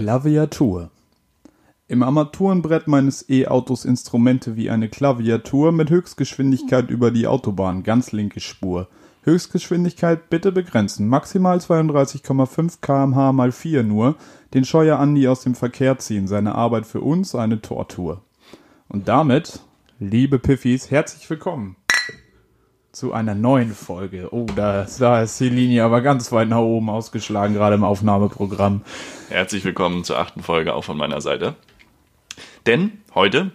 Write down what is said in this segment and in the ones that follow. Klaviatur. Im Armaturenbrett meines E-Autos Instrumente wie eine Klaviatur mit Höchstgeschwindigkeit über die Autobahn, ganz linke Spur. Höchstgeschwindigkeit bitte begrenzen, maximal 32,5 km/h mal 4 nur, den Scheuer Andi aus dem Verkehr ziehen, seine Arbeit für uns eine Tortur. Und damit, liebe Piffis, herzlich willkommen zu einer neuen Folge. Oh, da, da ist die Linie aber ganz weit nach oben ausgeschlagen, gerade im Aufnahmeprogramm. Herzlich willkommen zur achten Folge auch von meiner Seite. Denn heute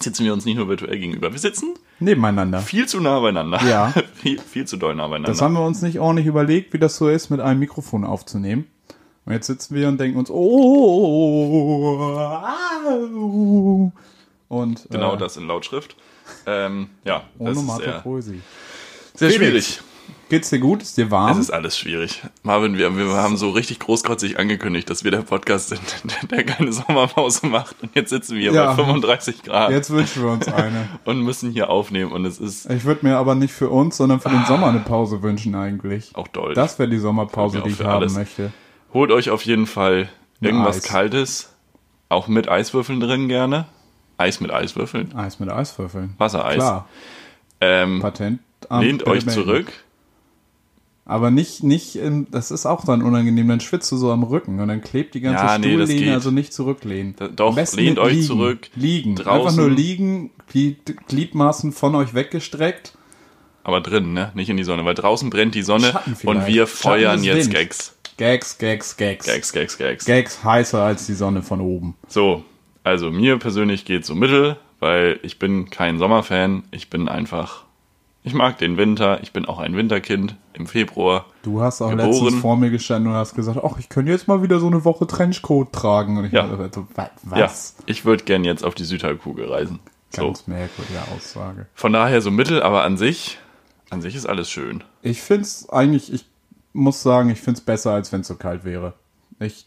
sitzen wir uns nicht nur virtuell gegenüber, wir sitzen Nebeneinander. viel zu nah beieinander. Ja. viel, viel zu doll nah beieinander. Das haben wir uns nicht ordentlich überlegt, wie das so ist, mit einem Mikrofon aufzunehmen. Und jetzt sitzen wir und denken uns, oh, oh, au. und äh, oh, genau das in Lautschrift. Ähm, ja, das ist sehr, Onomatopoesie. sehr Felix. schwierig. Geht's dir gut? Ist dir Es warm? ist alles schwierig. Marvin, wir, wir haben so richtig großkotzig angekündigt, dass wir der Podcast sind, der keine Sommerpause macht. Und jetzt sitzen wir Ja. bei 35 Grad jetzt wünschen wir uns eine. und müssen hier aufnehmen. Und es ist Ich würde mir aber nicht für uns, sondern für den Sommer eine Pause wünschen eigentlich. auch doll. Das wäre die Sommerpause, Fällt mir die auch ich für haben alles. möchte. Holt euch auf jeden Fall irgendwas Eis. Kaltes, auch mit Eiswürfeln drin gerne. Eis mit Eiswürfeln, Eis mit Eiswürfeln. Wassereis. Klar. Ähm, Patent. lehnt euch zurück. Aber nicht, nicht, ähm, das ist auch dann unangenehm, dann schwitzt du so am Rücken und dann klebt die ganze Ja, nee, das Stuhllehne, geht. also nicht zurücklehnen. Da- doch, Am besten lehnt euch liegen, zurück, Liegen, draußen. einfach nur liegen, Glied, Gliedmaßen von euch weggestreckt. Aber drin, ne? Nicht in die Sonne, weil draußen brennt die Sonne Schatten vielleicht. und wir Schatten feuern ist jetzt Wind. Gags. Gags, Gags, Gags. Gags, Gags, Gags. Gags heißer als die Sonne von oben. So, also mir persönlich geht so mittel, weil ich bin kein Sommerfan. Ich bin einfach. Ich mag den Winter. Ich bin auch ein Winterkind im Februar. Du hast auch Geboren. letztens vor mir gestanden und hast gesagt, ach, ich könnte jetzt mal wieder so eine Woche Trenchcoat tragen. Und ich Ja. habe gesagt, so, wa- was? Ja, ich würde gern jetzt auf die Südhalbkugel reisen. So. Ganz merkwürdige Aussage. Von daher so mittel, aber an sich, an sich ist alles schön. Ich find's eigentlich, ich muss sagen, ich find's besser, als wenn es so kalt wäre. Ich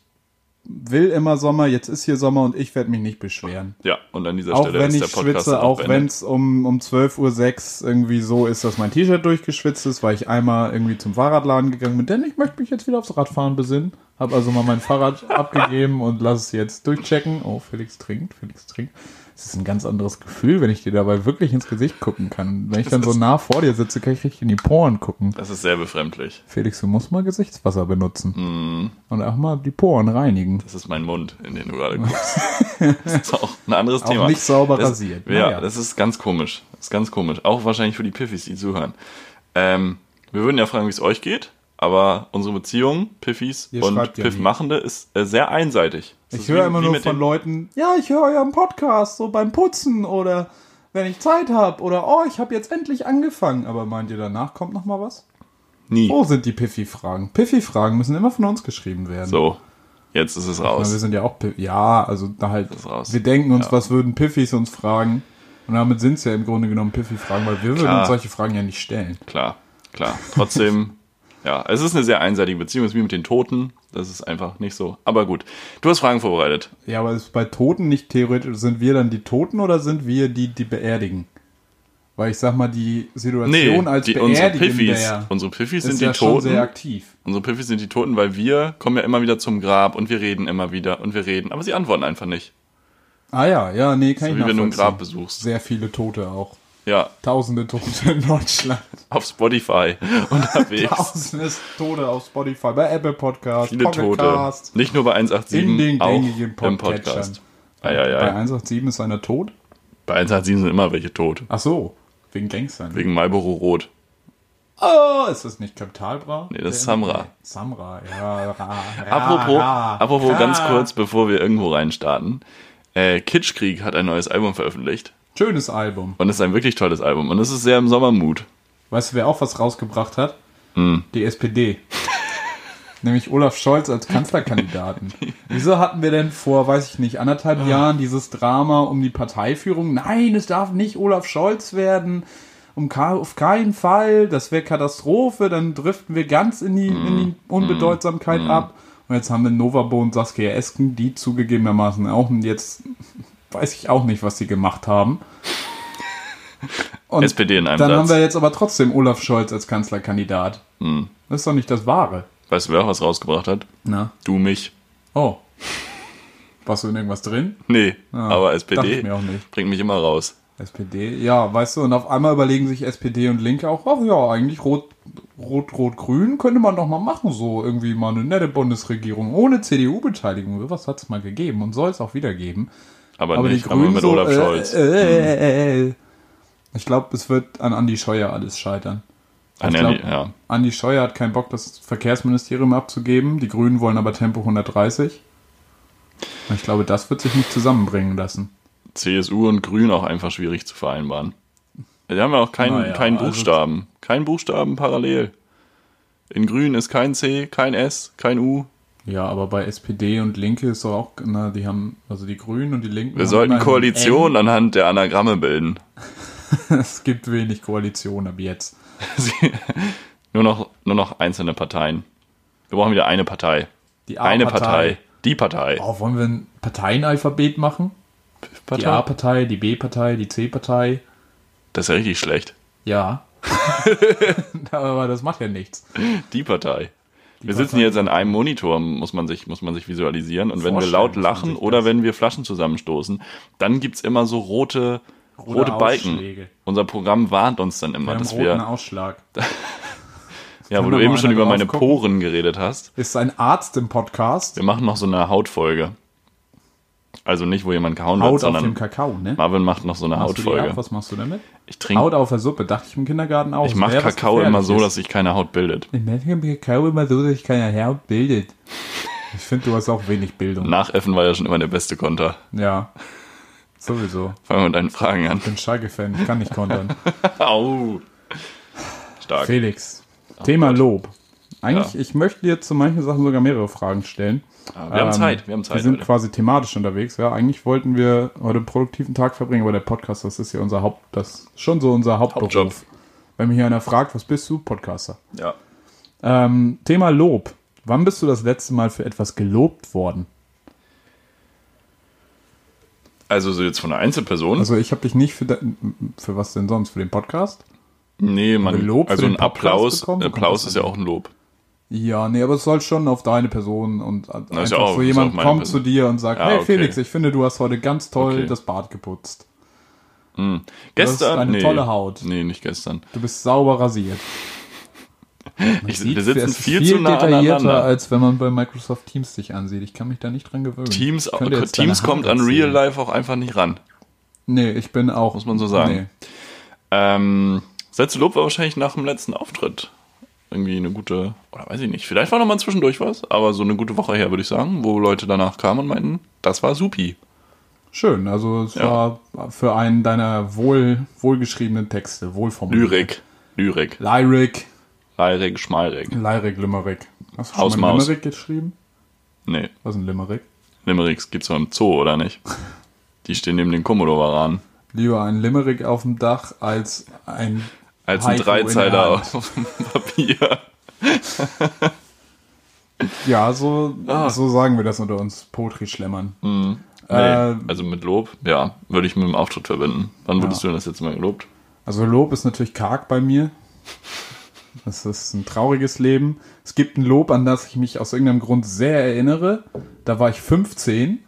will immer Sommer, jetzt ist hier Sommer und ich werde mich nicht beschweren. Ja, und an dieser Auch Stelle wenn ist der ich Podcast schwitze, dann auch beendet. wenn es um, um 12.06 Uhr irgendwie so ist, dass mein T-Shirt durchgeschwitzt ist, weil ich einmal irgendwie zum Fahrradladen gegangen bin, denn ich möchte mich jetzt wieder aufs Radfahren besinnen. Hab also mal mein Fahrrad abgegeben und lass es jetzt durchchecken. Oh, Felix trinkt, Felix trinkt. Es ist ein ganz anderes Gefühl, wenn ich dir dabei wirklich ins Gesicht gucken kann. Wenn ich dann so nah vor dir sitze, kann ich richtig in die Poren gucken. Das ist sehr befremdlich. Felix, du musst mal Gesichtswasser benutzen. Und auch mal die Poren reinigen. Mhm. Das ist mein Mund, in den du gerade guckst. das ist auch ein anderes Auch Thema. nicht sauber das, rasiert. Ja, Naja. das ist ganz komisch. Das ist ganz komisch. Auch wahrscheinlich für die Piffis, die zuhören. Ähm, wir würden ja fragen, wie es euch geht, aber unsere Beziehung, Piffis Ihr und schreibt ja nie. Piffmachende, ist äh, sehr einseitig. Das ich ist wie- höre immer wie nur mit von den- Leuten, ja, ich höre euren Podcast, so beim Putzen oder wenn ich Zeit habe oder oh, ich habe jetzt endlich angefangen. Aber meint ihr, danach kommt noch mal was? Nie. Wo sind die Piffy-Fragen? Piffy-Fragen müssen immer von uns geschrieben werden. So, jetzt ist es Weil wir raus. sind ja auch, Piff- ja, also da halt, ist raus. wir denken uns, Ja. was würden Piffys uns fragen? Und damit sind es ja im Grunde genommen Piffy-Fragen, weil wir würden Klar. uns solche Fragen ja nicht stellen. Klar, klar. Trotzdem, ja, es ist eine sehr einseitige Beziehung. Es ist wie mit den Toten. Das ist einfach nicht so. Aber gut, du hast Fragen vorbereitet. Ja, aber ist bei Toten nicht theoretisch, sind wir dann die Toten oder sind wir die, die beerdigen? Weil ich sag mal, die Nee, Situation als die, unsere Piffis, Beerdigender unsere Piffis ist sind ja die schon sehr Toten. aktiv. Unsere Piffis sind die Toten, weil wir kommen ja immer wieder zum Grab und wir reden immer wieder und wir reden, aber sie antworten einfach nicht. Ah ja, ja, nee, kann So ich wie wenn du ein nachvollziehen. Grab besuchst. Sehr viele Tote auch. Ja, Tausende Tote in Deutschland. auf Spotify unterwegs. Tausende Tote auf Spotify, bei Apple Podcasts, Viele Tote. Cast, Nicht nur bei in den 187, auch gängigen im Podcatchern. Podcast. Ei, ei, Bei ei. 187 ist einer tot? Bei 187 sind immer welche tot. Ach so, wegen Gangstern. Wegen Marlboro Rot. oh, ist das nicht Kapitalbra? Nee, das ist Der- Samra. Samra, ja. Ra, ra, Apropos, ra, apropos ra. ganz kurz, bevor wir irgendwo reinstarten. Äh, Kitschkrieg hat ein neues Album veröffentlicht Schönes Album. und ist ein wirklich tolles Album und es ist sehr im Sommermut. Weißt du, wer auch was rausgebracht hat? Die SPD. Nämlich Olaf Scholz als Kanzlerkandidaten. Wieso hatten wir denn vor, weiß ich nicht, anderthalb Ah. Jahren dieses Drama um die Parteiführung? Nein, es darf nicht Olaf Scholz werden. Um ka auf keinen Fall. Das wäre Katastrophe. Dann driften wir ganz in die, in Mm, die Unbedeutsamkeit ab. Und jetzt haben wir Novabo und Saskia Esken, die zugegebenermaßen auch. Und jetzt weiß ich auch nicht, was sie gemacht haben. Und SPD in einem dann haben Satz. Mm. wir jetzt aber trotzdem Olaf Scholz als Kanzlerkandidat. Das ist doch nicht das Wahre. ne? weißt du, wer auch was rausgebracht hat? Na? Du mich. Oh. Warst du in irgendwas drin? Nee, Ah, aber Dachte SPD ich mir auch nicht. bringt mich immer raus. SPD, ja, weißt du, und auf einmal überlegen sich SPD und Linke auch, ach ja, eigentlich rot, rot, rot, grün könnte man doch mal machen, so irgendwie mal eine nette Bundesregierung ohne CDU-Beteiligung. Sowas hat es mal gegeben und soll es auch wieder geben. Aber, Aber die nicht, aber Grünen mit so, Olaf äh, Scholz. Hm. Äh, äh, äh. Ich glaube, es wird an Andi Scheuer alles scheitern. Ah, nee, ich glaub- nee, ja. Andi Scheuer hat keinen Bock, das Verkehrsministerium abzugeben. Die Grünen wollen aber Tempo 130. Und Ich glaube, das wird sich nicht zusammenbringen lassen. CSU und Grün auch einfach schwierig zu vereinbaren. Die haben ja auch keinen Naja, keinen also- Buchstaben. kein Buchstaben parallel. In Grün ist kein C, kein S, kein U. Ja, aber bei SPD und Linke ist doch auch, na, die haben, also die Grünen und die Linken. Wir haben sollten immerhin Koalition anhand der Anagramme bilden. N. Es gibt wenig Koalition ab jetzt. Sie- nur, noch, nur noch einzelne Parteien. Wir brauchen wieder eine Partei. Die Eine Partei. Die Partei. Oh, wollen wir ein Parteienalphabet machen? Die A-Partei, die B-Partei, die C-Partei. Das ist ja richtig schlecht. Ja. aber das macht ja nichts. Die Partei. wir Partei. sitzen jetzt an einem Monitor, muss man sich, muss man sich visualisieren. Und wenn wir Vorstellen laut muss man lachen sich oder das. wenn wir Flaschen zusammenstoßen, dann gibt's immer so rote, rote Balken. Ausschläge. Unser Programm warnt uns dann immer, Mit einem dass roten wir. Ausschlag. Ja, wo Kann du da eben mal schon einer über meine drauf gucken? Poren geredet hast. Ist ein Arzt im Podcast. Wir machen noch so eine Hautfolge. Also nicht, wo jemand gehauen wird, Haut auf dem sondern Kakao, ne? Marvin macht noch so eine Machst du die Hautfolge. ab? Was machst du damit? Ich trinke, Haut auf der Suppe, dachte ich im Kindergarten auch. ich mache Kakao immer so, dass sich keine Haut bildet. Ich merke Kakao immer so, dass ich keiner Haut bildet. Ich finde, du hast auch wenig Bildung. Nachäffen war ja schon immer der beste Konter. Ja. Sowieso. Fangen wir mit deinen Fragen an. Ich bin Schalke-Fan, ich kann nicht kontern. Au. Stark. Felix, Oh Thema Lob. Eigentlich, ich möchte dir zu manchen Sachen sogar mehrere Fragen stellen. Ja, wir haben Zeit, wir haben Ähm, Zeit Wir sind heute. quasi thematisch unterwegs. Ja, eigentlich wollten wir heute einen produktiven Tag verbringen, aber der Podcast, das ist ja unser Haupt, das ist schon so unser Hauptberuf. Hauptjob. Wenn mich einer fragt, was bist du, Podcaster? Ja. Ähm, Thema Lob. Wann bist du das letzte Mal für etwas gelobt worden? Also so jetzt von einer Einzelperson? Also ich habe dich nicht für de- hm, für was denn sonst für den Podcast? nee, man, Lob für also den ein Podcast Applaus, bekommen? Wo kommt Applaus das ist ja auch ein Lob. Ja, nee, aber es soll schon auf deine Person und einfach ist ja auch- so ist jemand auch meine kommt Person. zu dir und sagt, Ja, hey okay. Felix, ich finde, du hast heute ganz toll Okay. das Bad geputzt. hast Gestern? eine nee. tolle Haut. Nee, nicht gestern. Du bist sauber rasiert. Ich, Sieht, wir sitzen es ist viel, zu nah aneinander. als wenn man bei Microsoft Teams sich ansieht. Ich kann mich da nicht dran gewöhnen. Teams, Ich könnte jetzt deine Teams Hand kommt an erzählen. Real Life auch einfach nicht ran. Nee, ich bin auch. Muss man so sagen. Ähm, das letzte Lob war wahrscheinlich nach dem letzten Auftritt. Irgendwie eine gute, oder weiß ich nicht, vielleicht war noch mal zwischendurch was, aber so eine gute Woche her, würde ich sagen, wo Leute danach kamen und meinten, das war supi. Schön, also es Ja. war für einen deiner wohl, wohlgeschriebenen Texte, wohlformuliert. Lyrik, Lyrik, Lyric. Lyrik, Schmalrik. Lyric, Limerick. Hast du schon mal einen Hausmaus. Limerick geschrieben? Nee, Was ist ein Limerick? Limericks gibt's doch im Zoo, oder nicht? Die stehen neben den Komodowaran. Lieber ein Limerick auf dem Dach als ein. Als ein Haiku in der Dreizeiler Hand. auf dem Papier. Ja, so, Ah. so sagen wir das unter uns. Poetry schlemmern. Mhm. Nee, Äh, also mit Lob, ja, würde ich mit dem Auftritt verbinden. Wann wurdest du denn das letzte Mal gelobt? Also Lob ist natürlich karg bei mir. Das ist ein trauriges Leben. Es gibt ein Lob, an das ich mich aus irgendeinem Grund sehr erinnere. Da war ich 15.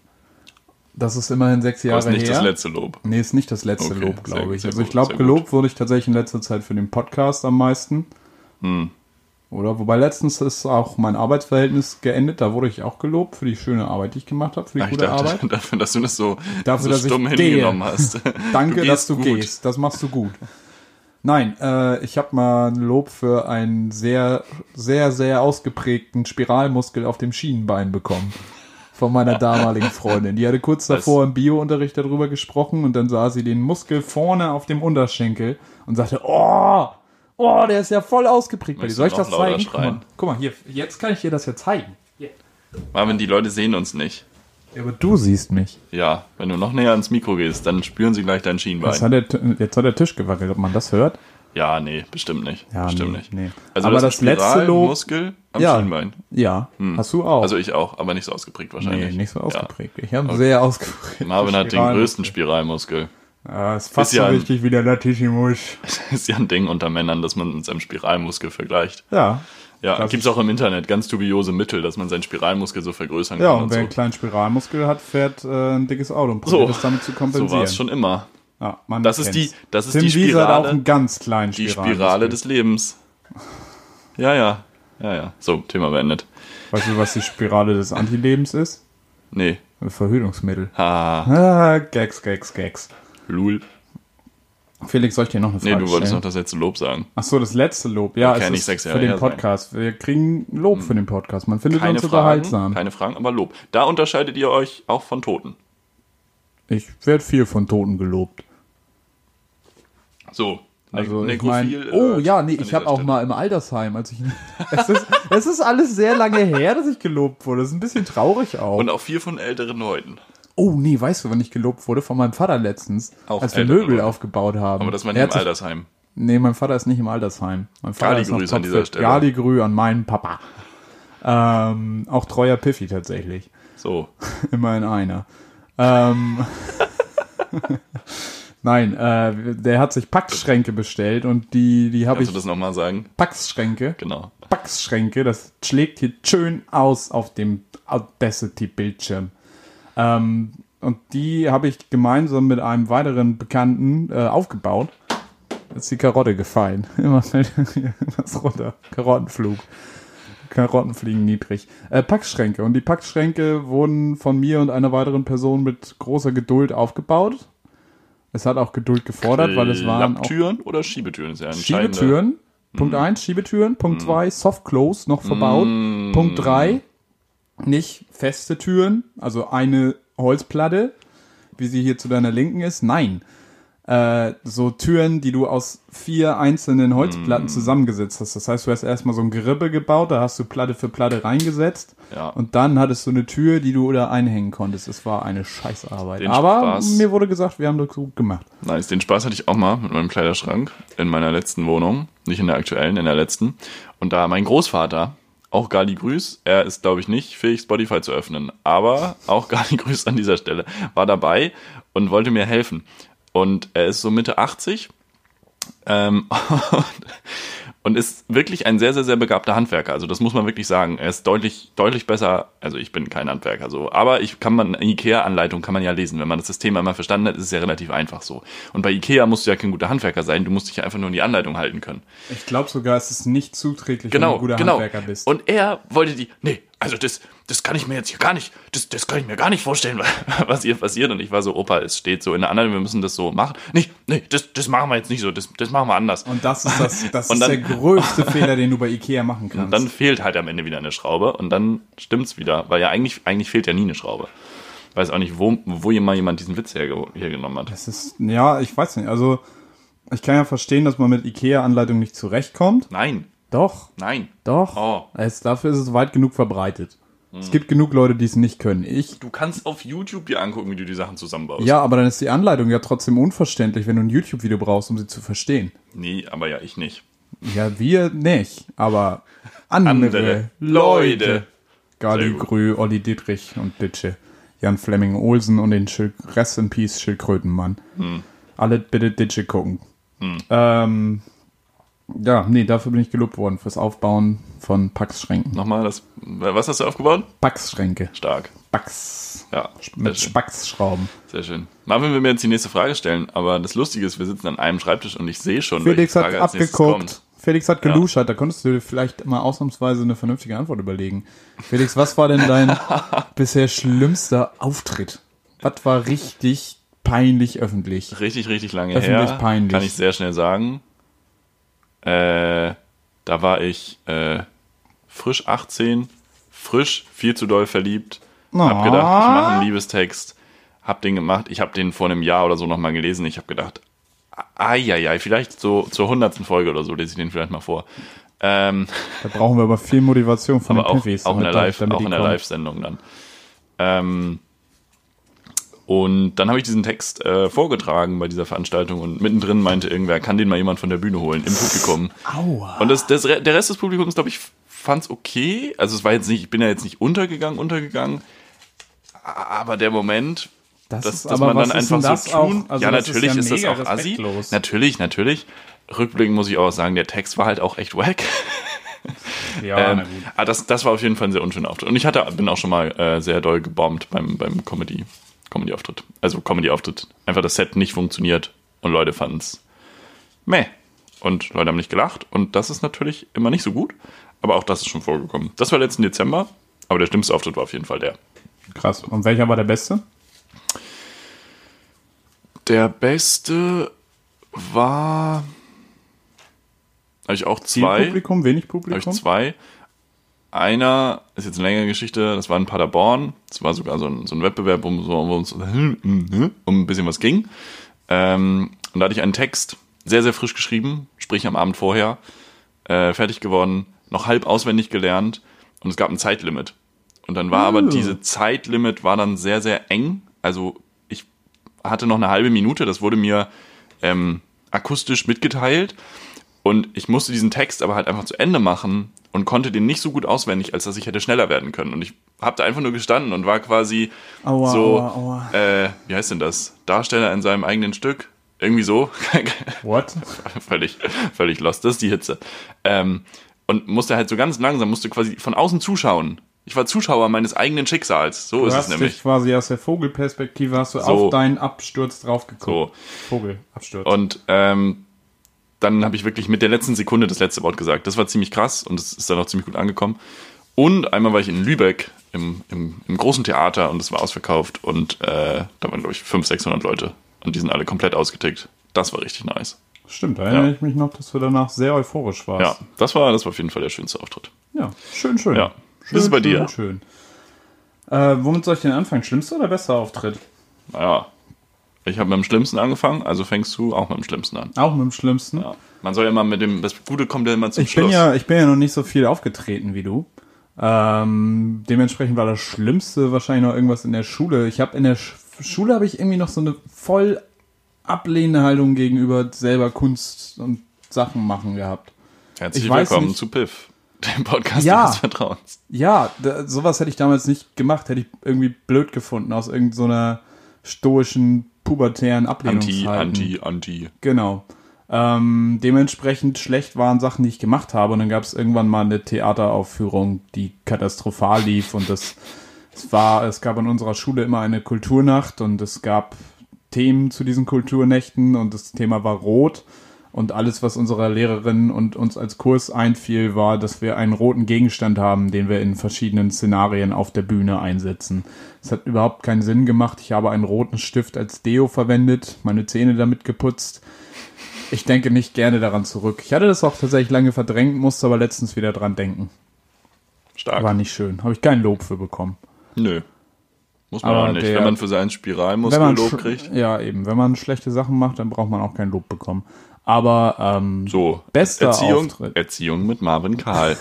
Das ist immerhin sechs Das Jahre ist nicht her. das letzte Lob. Nee, ist nicht das letzte Okay, Lob, sehr- glaube ich. sehr Also gut, ich glaube, sehr gelobt wurde ich tatsächlich in letzter Zeit für den Podcast am meisten. Hm. Oder wobei letztens ist auch mein Arbeitsverhältnis geendet. Da wurde ich auch gelobt für die schöne Arbeit, die ich gemacht habe, für die Ah, Ich gute dachte, Arbeit. dafür, dass du das so, Dafür, so dass ich stumm gehe. hingenommen hast. Danke, dass gehst du gut. gehst. Das machst du gut. Nein, äh, ich habe mal ein Lob für einen sehr, sehr, sehr ausgeprägten Spiralmuskel auf dem Schienenbein bekommen. Von meiner damaligen Freundin. Die hatte kurz davor im Biounterricht darüber gesprochen und dann sah sie den Muskel vorne auf dem Unterschenkel und sagte, oh, oh, der ist ja voll ausgeprägt. bei dir. Möchtest Soll ich du noch das zeigen? lauter Guck mal, schreien? guck mal, hier, jetzt kann ich dir das ja zeigen. Marvin, die Leute sehen uns nicht. Ja, aber du siehst mich. Ja, wenn du noch näher ans Mikro gehst, dann spüren sie gleich dein Jetzt Schienbein. hat, der, T- jetzt hat der Tisch gewackelt, ob man das hört. Ja, nee, bestimmt nicht. Ja, bestimmt nee, nicht. nee. Also Aber das, das letzte Lob- Muskel am Ja. Schienbein. Ja, hast du auch. Also ich auch, aber nicht so ausgeprägt wahrscheinlich. Nee, nicht so Ja. ausgeprägt. Ich habe sehr ausgeprägt. Marvin hat den größten Spiralmuskel. Ja, ist fast Ist ja so ein- wichtig wie der Latissimus. Das ist ja ein Ding unter Männern, dass man mit seinem Spiralmuskel vergleicht. Ja. Ja, Das gibt's auch im Internet ganz dubiose Mittel, dass man seinen Spiralmuskel so vergrößern Ja, kann. und wer einen so. kleinen Spiralmuskel hat, fährt äh, ein dickes Auto und probiert So. es damit zu so kompensieren. war es schon immer. Ja, man Das ist die, kennt's. das ist Tim die Wiese hat auch Spirale, einen ganz kleinen die Spiralmuskel. Spirale des Lebens. Ja, ja, ja, ja. So, Thema beendet. Weißt du, was die Spirale des Antilebens ist? Nee, Ein Verhütungsmittel. ha, Ah, Gags, Gags, Gags. lul. Felix, soll ich dir noch eine Nee, Frage du wolltest noch stellen? das letzte Lob sagen. Ach so, das letzte Lob. Ja, Kann ja es nicht ist sechs Jahre für den her sein. Hm. Podcast. Wir kriegen Lob für den Podcast. Man findet Keine uns Fragen, unterhaltsam. keine Fragen, aber Lob. Da unterscheidet ihr euch auch von Toten. Ich werde viel von Toten gelobt. Ne- So, ne Also ich Nekrophil, mein, äh, oh ja, nee, an ich dieser habe auch Stelle. mal im Altersheim, als ich es ist, es ist alles sehr lange her, dass ich gelobt wurde. Das ist ein bisschen traurig auch. Und auch viel von älteren Leuten. oh nee, weißt du, wann ich gelobt wurde von meinem Vater letztens, Auch als wir ältere Möbel Leute. aufgebaut haben. Aber das war Er nicht im hat sich- Altersheim. Nee, mein Vater ist nicht im Altersheim. Mein Vater Gali ist noch Grüße an topfit. dieser Stelle. Gali Grü an meinen Papa. Ähm, auch treuer Piffy tatsächlich. So, Immerhin einer. Ähm, Nein, äh, der hat sich Packschränke bestellt und die, die habe kannst ich. du das nochmal sagen? Packschränke. Genau. Packschränke, das schlägt hier schön aus auf dem Audacity-Bildschirm. Ähm, und die habe ich gemeinsam mit einem weiteren Bekannten äh, aufgebaut. Ist die Karotte gefallen. Immer fällt mir was runter. Karottenflug. Karotten fliegen niedrig. Äh, Packschränke. Und die Packschränke wurden von mir und einer weiteren Person mit großer Geduld aufgebaut. Es hat auch Geduld gefordert, weil es waren auch Klapptüren oder Schiebetüren ist ja entscheidend. Schiebetüren. Punkt Mhm. 1, Schiebetüren. Punkt 2, Soft Close noch verbaut. Mhm. Punkt 3, nicht feste Türen, also eine Holzplatte, wie sie hier zu deiner Linken ist. Nein. Äh, so Türen, die du aus vier einzelnen Holzplatten Mhm. zusammengesetzt hast. Das heißt, du hast erstmal so ein Gerippe gebaut, da hast du Platte für Platte reingesetzt Ja. und dann hattest du eine Tür, die du da einhängen konntest. Es war eine Scheißarbeit. Den Aber Spaß- mir wurde gesagt, wir haben das gut gemacht. Nice, den Spaß hatte ich auch mal mit meinem Kleiderschrank in meiner letzten Wohnung. Nicht in der aktuellen, in der letzten. Und da mein Großvater, auch Gali Grüß, er ist, glaube ich, nicht fähig, Spotify zu öffnen, aber auch Gali Grüß an dieser Stelle, war dabei und wollte mir helfen. Und er ist so Mitte 80 ähm, und, und ist wirklich ein sehr, sehr, sehr begabter Handwerker. Also das muss man wirklich sagen. Er ist deutlich, deutlich besser. Also ich bin kein Handwerker so, aber ich kann man IKEA-Anleitung kann man ja lesen. Wenn man das System einmal verstanden hat, ist es ja relativ einfach so. Und bei IKEA musst du ja kein guter Handwerker sein. Du musst dich ja einfach nur in die Anleitung halten können. Ich glaube sogar, es ist nicht zuträglich, wenn du ein guter Handwerker bist. Genau, Und er wollte die, nee, also das, das kann ich mir jetzt hier gar nicht, das, das kann ich mir gar nicht vorstellen, was hier passiert. Und ich war so, Opa, es steht so in der anderen, wir müssen das so machen. Nee, nee, das, das machen wir jetzt nicht so, das, das machen wir anders. Und das ist, das, das Und ist dann- der größte Fehler, den du bei Ikea machen kannst. Und dann fehlt halt am Ende wieder eine Schraube und dann stimmt's wieder, weil ja eigentlich, eigentlich fehlt ja nie eine Schraube. Weiß auch nicht, wo, wo hier mal jemand diesen Witz herge- hergenommen hat. das ist, ja, ich weiß nicht. Also, ich kann ja verstehen, dass man mit Ikea-Anleitung nicht zurechtkommt. Nein, Doch, nein. doch. Oh. Hm. Es, dafür ist es weit genug verbreitet. Es gibt genug Leute, die es nicht können. Ich. Du kannst auf YouTube dir angucken, wie du die Sachen zusammenbaust. Ja, aber dann ist die Anleitung ja trotzdem unverständlich, wenn du ein YouTube-Video brauchst, um sie zu verstehen. Nee, aber ja, ich nicht. Ja, wir nicht, aber andere, Andere Leute. Leute. Gali Sehr gut. Grü, Olli Dietrich und Ditsche. Jan Fleming Olsen und den Schild Rest in Peace Schildkrötenmann. Hm. Alle bitte Ditsche gucken. Ähm, ja, nee, dafür bin ich gelobt worden, fürs Aufbauen von Packschränken. Nochmal, das, was hast du aufgebaut? Packschränke. Stark. Packs. Ja, sehr Mit schön. Spacksschrauben. sehr schön. Marvin will mir jetzt die nächste Frage stellen, aber das Lustige ist, wir sitzen an einem Schreibtisch und ich sehe schon, Felix welche hat Frage als nächstes abgeguckt. Felix hat Ja. geluschert. Da konntest du dir vielleicht mal ausnahmsweise eine vernünftige Antwort überlegen. Felix, was war denn dein bisher schlimmster Auftritt? Was war richtig peinlich öffentlich? Richtig, richtig lange Öffentlich her. peinlich. Kann ich sehr schnell sagen. Äh, da war ich äh, frisch 18, frisch viel zu doll verliebt. Hab Ah. gedacht, ich mache einen Liebestext. Hab den gemacht. Ich hab den vor einem Jahr oder so nochmal gelesen. Ich hab gedacht, ai, vielleicht so zur hundertsten Folge oder so lese ich den vielleicht mal vor. Ähm, Da brauchen wir aber viel Motivation von aber den auch, Piffys. auch in der damit- Live, damit auch die in der kommen. Live-Sendung dann. Ähm, und dann habe ich diesen Text äh, vorgetragen bei dieser Veranstaltung und mittendrin meinte irgendwer, kann den mal jemand von der Bühne holen im Publikum. Aua. Und das, das, Re- der Rest des Publikums, glaube ich, fand es okay. Also es war jetzt nicht, ich bin ja jetzt nicht untergegangen, untergegangen. Aber der Moment, Das dass, ist dass aber- man dann was ist denn einfach das so tun. auch? Also ja, das ist natürlich ja ist, mega das auch assi. respektlos. Natürlich, natürlich. Rückblickend muss ich auch sagen, der Text war halt auch echt wack. Ja, Ähm, na gut. ah, das, das war auf jeden Fall ein sehr unschöner Auftritt. Und ich hatte, bin auch schon mal äh, sehr doll gebombt beim, beim Comedy, Comedy-Auftritt. Also Comedy-Auftritt. Einfach das Set nicht funktioniert und Leute fanden es meh. Und Leute haben nicht gelacht. Und das ist natürlich immer nicht so gut. Aber auch das ist schon vorgekommen. Das war letzten Dezember. Aber der schlimmste Auftritt war auf jeden Fall der. Krass. Und welcher war der beste? Der beste war. Habe ich auch Viel zwei. Publikum, wenig habe ich Publikum? zwei. Einer ist jetzt eine längere Geschichte, das war in Paderborn. Das war sogar so ein, so ein Wettbewerb, wo so- wo uns um ein bisschen was ging. Ähm, und da hatte ich einen Text, sehr, sehr frisch geschrieben, sprich am Abend vorher, äh, fertig geworden, noch halb auswendig gelernt und es gab ein Zeitlimit. Und dann war aber Ah. diese Zeitlimit war dann sehr, sehr eng. Also ich hatte noch eine halbe Minute, das wurde mir ähm, akustisch mitgeteilt. Und ich musste diesen Text aber halt einfach zu Ende machen und konnte den nicht so gut auswendig, als dass ich hätte schneller werden können. Und ich habe da einfach nur gestanden und war quasi Aua, so, aua, aua. Äh, wie heißt denn das? Darsteller in seinem eigenen Stück? Irgendwie so. What? völlig, völlig lost. Das ist die Hitze. Ähm, und musste halt so ganz langsam, musste quasi von außen zuschauen. Ich war Zuschauer meines eigenen Schicksals. So Du ist es hast nämlich. dich quasi aus der Vogelperspektive hast du So. auf deinen Absturz drauf So. geguckt. Vogelabsturz. Und ähm, dann habe ich wirklich mit der letzten Sekunde das letzte Wort gesagt. Das war ziemlich krass und es ist dann auch ziemlich gut angekommen. Und einmal war ich in Lübeck im, im, im großen Theater und es war ausverkauft und äh, da waren, glaube ich, 500, 600 Leute und die sind alle komplett ausgetickt. Das war richtig nice. Stimmt, da erinnere Ja. ich mich noch, dass du danach sehr euphorisch Ja, warst. das war, das war auf jeden Fall der schönste Auftritt. Ja, schön, schön. Ja. Schön, Ist es bei schön, dir? Schön. Äh, womit soll ich denn anfangen? Schlimmster oder besser Auftritt? Naja, ich habe mit dem Schlimmsten angefangen, also fängst du auch mit dem Schlimmsten an. Auch mit dem Schlimmsten. Ja. Man soll ja immer mit dem, das Gute kommt ja immer zum Ich Schluss. bin ja, ich bin ja noch nicht so viel aufgetreten wie du. Ähm, dementsprechend war das Schlimmste wahrscheinlich noch irgendwas in der Schule. Ich habe in der Sch Schule habe ich irgendwie noch so eine voll ablehnende Haltung gegenüber selber Kunst und Sachen machen gehabt. Herzlich ich weiß willkommen nicht- zu PIF, dem Podcast Ja. des Vertrauens. Ja, da, sowas hätte ich damals nicht gemacht, hätte ich irgendwie blöd gefunden aus irgendeiner stoischen pubertären Anti, Ablehnungshaltung. anti, anti. Genau. Ähm, dementsprechend schlecht waren Sachen, die ich gemacht habe. Und dann gab es irgendwann mal eine Theateraufführung, die katastrophal lief. Und das, es war, es gab an unserer Schule immer eine Kulturnacht und es gab Themen zu diesen Kulturnächten und das Thema war rot. Und alles, was unserer Lehrerin und uns als Kurs einfiel, war, dass wir einen roten Gegenstand haben, den wir in verschiedenen Szenarien auf der Bühne einsetzen. Es hat überhaupt keinen Sinn gemacht. Ich habe einen roten Stift als Deo verwendet, meine Zähne damit geputzt. Ich denke nicht gerne daran zurück. Ich hatte das auch tatsächlich lange verdrängt, musste aber letztens wieder dran denken. Stark. War nicht schön. Habe ich kein Lob für bekommen. Nö. Muss man Aber auch nicht. der- Wenn man für seinen Wenn Spiralmuskel man Lob sch- kriegt. Ja, eben. Wenn man schlechte Sachen macht, dann braucht man auch kein Lob bekommen. Aber ähm, So. Bester Erziehung, Auftritt. Erziehung mit Marvin Kahl.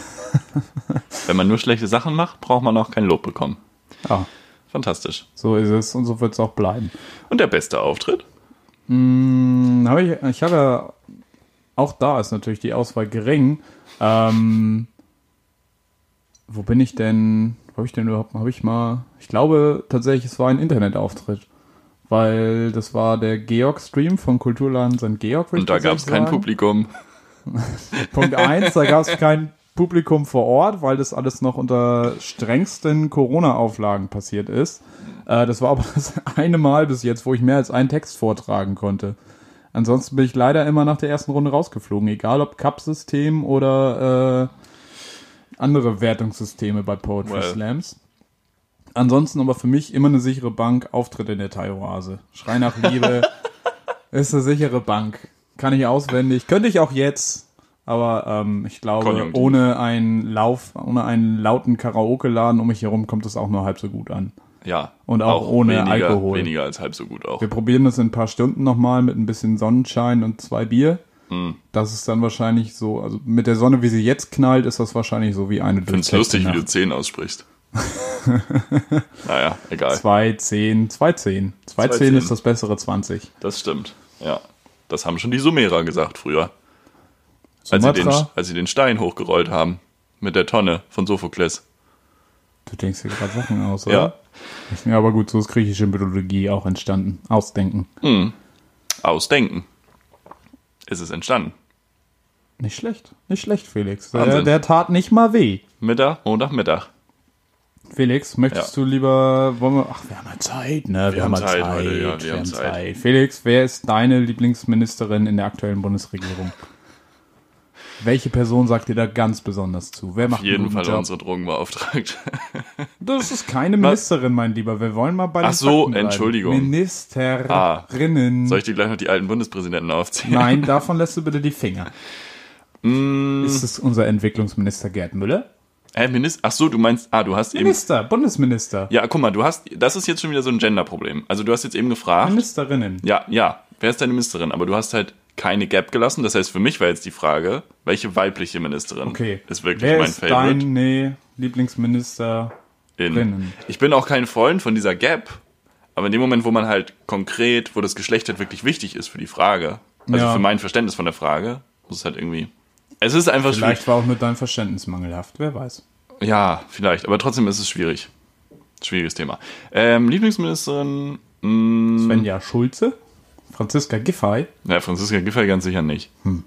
Wenn man nur schlechte Sachen macht, braucht man auch kein Lob bekommen. ja, Fantastisch. so ist es und so wird es auch bleiben. Und der beste Auftritt? Hm, hab ich ich habe ja, auch da ist natürlich die Auswahl gering. Ähm, wo bin ich denn? Wo habe ich denn überhaupt? Habe ich mal? Ich glaube tatsächlich, es war ein Internetauftritt. Weil das war der Georg-Stream von Kulturladen St. Georg. würd ich Und da gab es tatsächlich kein sagen. Publikum. Punkt eins, da gab es kein Publikum vor Ort, weil das alles noch unter strengsten Corona-Auflagen passiert ist. Äh, das war aber das eine Mal bis jetzt, wo ich mehr als einen Text vortragen konnte. Ansonsten bin ich leider immer nach der ersten Runde rausgeflogen, egal ob Cup-System oder äh, andere Wertungssysteme bei Poetry Well. Slams. Ansonsten aber für mich immer eine sichere Bank, Auftritt in der Thai-Oase. Schrei nach Liebe ist eine sichere Bank. Kann ich auswendig. Könnte ich auch jetzt. Aber ähm, ich glaube, Konjunktiv. ohne einen Lauf, ohne einen lauten Karaoke-Laden um mich herum kommt es auch nur halb so gut an. Ja. Und auch ohne weniger, Alkohol. Weniger als halb so gut auch. Wir probieren das in ein paar Stunden nochmal mit ein bisschen Sonnenschein und zwei Bier. Hm. Das ist dann wahrscheinlich so, also mit der Sonne, wie sie jetzt knallt, ist das wahrscheinlich so wie eine Ich finde es durchzechte lustig, wie Nacht. du 10 aussprichst. naja, egal. Zwei, zehn, zwei, zehn. Zwei, Zwei, zehn zehn. ist das bessere 20. Das stimmt. Ja. Das haben schon die Sumerer gesagt früher. Als sie, den, Sumatra, als sie den Stein hochgerollt haben. Mit der Tonne von Sophokles. du denkst dir gerade Sachen aus, oder? Ja. Ja, aber gut, so ist griechische Mythologie auch entstanden. Ausdenken. Ausdenken. Ist es entstanden. Nicht schlecht. Nicht schlecht, Felix. Der, Wahnsinn. der tat nicht mal weh. Mittag, Montag, Mittag. Felix, möchtest du lieber. Wollen wir, ach, wir haben ja Zeit, ne? Wir, haben ja Zeit heute, ja, wir wir haben haben Zeit. Zeit. Felix, wer ist deine Lieblingsministerin in der aktuellen Bundesregierung? Welche Person sagt dir da ganz besonders zu? Wer macht Auf jeden einen guten Fall Job? unsere Drogenbeauftragte. Das ist keine Ministerin, mein Lieber. Wir wollen mal bei den Ach so, Fakten bleiben. Entschuldigung. Ah. Ministerinnen. Soll ich dir gleich noch die alten Bundespräsidenten aufzählen? Nein, davon lässt du bitte die Finger. Mm. Ist es unser Entwicklungsminister Gerd Müller? Äh, Minister, ach so, du meinst, ah, du hast eben. Minister, Bundesminister, Ja, guck mal, du hast, das ist jetzt schon wieder so ein Gender-Problem. Also du hast jetzt eben gefragt, Ministerinnen. ja, ja, wer ist deine Ministerin? Aber du hast halt keine Gap gelassen. Das heißt, für mich war jetzt die Frage, welche weibliche Ministerin Okay. ist wirklich Wer mein ist Favorite? dein nee, Lieblingsminister? in. Drinnen. Ich bin auch kein Freund von dieser Gap, aber in dem Moment, wo man halt konkret, wo das Geschlecht halt wirklich wichtig ist für die Frage, also Ja. für mein Verständnis von der Frage, muss es halt irgendwie. Es ist einfach Vielleicht war auch nur dein Verständnis mangelhaft, wer weiß. schwierig. Ja, vielleicht, aber trotzdem ist es schwierig. Schwieriges Thema. Ähm, Lieblingsministerin, mm, Mhm. Svenja Schulze, Franziska Giffey, na, Franziska Giffey ganz sicher nicht. Hm.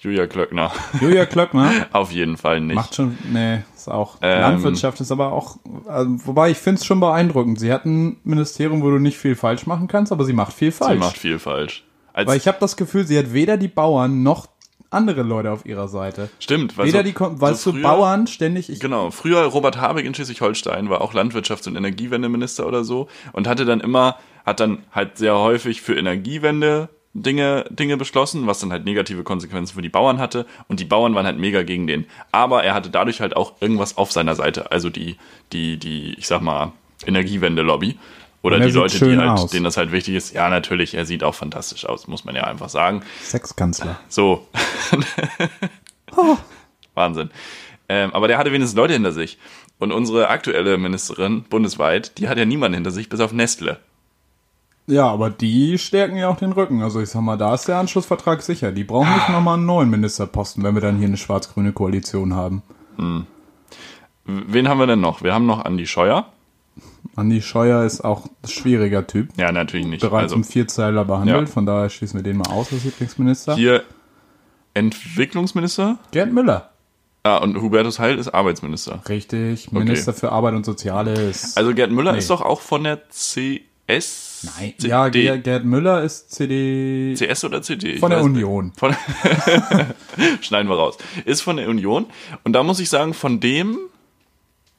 Julia Klöckner, Julia Klöckner. auf jeden Fall nicht. Macht schon, nee, ist auch. Ähm. Landwirtschaft ist aber auch, also, wobei ich finde es schon beeindruckend. Sie hat ein Ministerium, wo du nicht viel falsch machen kannst, aber sie macht viel Sie falsch. macht viel falsch. Als, Weil ich habe das Gefühl, sie hat weder die Bauern noch andere Leute auf ihrer Seite. stimmt, weil Weder so- die, Kon- Also, so weißt du, früher- Bauern ständig, ich, Genau, früher Robert Habeck in Schleswig-Holstein war auch Landwirtschafts- und Energiewendeminister oder so und hatte dann immer, hat dann halt sehr häufig für Energiewende Dinge, Dinge beschlossen, was dann halt negative Konsequenzen für die Bauern hatte und die Bauern waren halt mega gegen den. Aber er hatte dadurch halt auch irgendwas auf seiner Seite, also die, die, die, ich sag mal, Energiewende-Lobby. Oder Und er die sieht Leute, die schön halt, aus. denen das halt wichtig ist. Ja, natürlich, er sieht auch fantastisch aus, muss man ja einfach sagen. Sexkanzler. So. Oh. Wahnsinn. Ähm, aber der hatte wenigstens Leute hinter sich. Und unsere aktuelle Ministerin bundesweit, die hat ja niemanden hinter sich, bis auf Nestle. Ja, aber die stärken ja auch den Rücken. Also ich sag mal, da ist der Anschlussvertrag sicher. Die brauchen Ah. nicht nochmal einen neuen Ministerposten, wenn wir dann hier eine schwarz-grüne Koalition haben. W- Wen haben wir denn noch? Wir haben noch Andi Scheuer. Andi Scheuer ist auch ein schwieriger Typ. Ja, natürlich nicht. Bereits Also im Vierzeiler behandelt, Ja. von daher schließen wir den mal aus als Lieblingsminister. hier Entwicklungsminister. Gerd Müller. Ah, und Hubertus Heil ist Arbeitsminister. Richtig, Minister für Arbeit und Soziales. Also Gerd Müller Nee. ist doch auch von der CS. Nein. CD Ja, Ger Gerd Müller ist CD. CS oder CD? Ich Von der weiß nicht. Union. Von Schneiden wir raus. Ist von der Union. Und da muss ich sagen, von dem,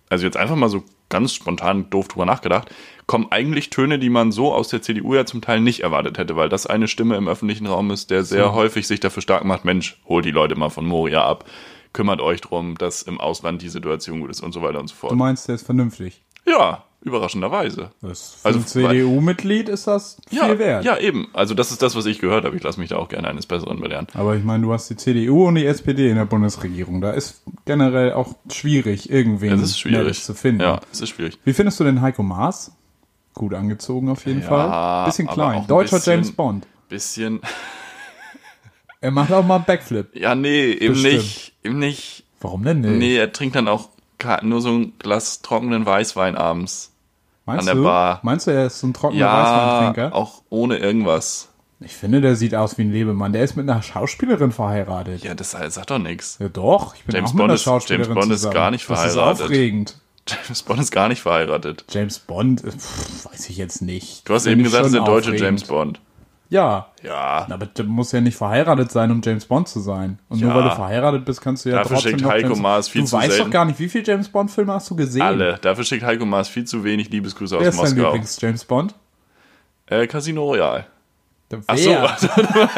also jetzt einfach mal so ganz spontan doof drüber nachgedacht, kommen eigentlich Töne, die man so aus der CDU ja zum Teil nicht erwartet hätte, weil das eine Stimme im öffentlichen Raum ist, der Mhm. sehr häufig sich dafür stark macht, Mensch, holt die Leute mal von Moria ab, kümmert euch drum, dass im Ausland die Situation gut ist und so weiter und so Du fort. meinst, der ist vernünftig. Ja, überraschenderweise. Das für also, Also, ein CDU-Mitglied ist das viel Ja, wert. ja, eben. Also das ist das, was ich gehört habe. Ich lasse mich da auch gerne eines Besseren belehren. Aber ich meine, du hast die CDU und die SPD in der Bundesregierung. Da ist generell auch schwierig, irgendwen Es ist schwierig. Nettes Mhm. zu finden. Ja, es ist schwierig. Wie findest du denn Heiko Maas? Gut angezogen auf jeden Ja, Fall. Bisschen aber auch klein. ein Deutscher bisschen- James Bond. Bisschen. Er macht auch mal einen Backflip. Ja, nee, eben Bestimmt. nicht. Eben nicht. Warum denn nicht? Nee, er trinkt dann auch ka- nur so ein Glas trockenen Weißwein abends. meinst an der du? Bar. Meinst du, er ist so ein trockener Ja, Weißweintrinker? auch ohne irgendwas. Ich finde, der sieht aus wie ein Lebemann. Der ist mit einer Schauspielerin verheiratet. Ja, Ja, das sagt doch nichts. doch, ich bin James auch mit Bond einer ist- Schauspielerin James Bond ist zusammen. gar nicht Das verheiratet. ist aufregend. James Bond ist gar nicht verheiratet. James Bond, äh, pff, weiß ich jetzt nicht. Du hast Finde eben ich gesagt, es schon ist der deutsche aufregend. James Bond. Ja, Ja, aber du musst ja nicht verheiratet sein, um James Bond zu sein. Und Ja. nur weil du verheiratet bist, kannst du ja Dafür trotzdem schickt noch Heiko James Maas viel Du zu weißt selten. doch gar nicht, wie viel James Bond Filme hast du gesehen? alle. Dafür schickt Heiko Maas viel zu wenig Liebesgrüße Wer aus ist dein Moskau. Lieblings James Bond? Äh, Casino Royale. Der Ach so, Wer?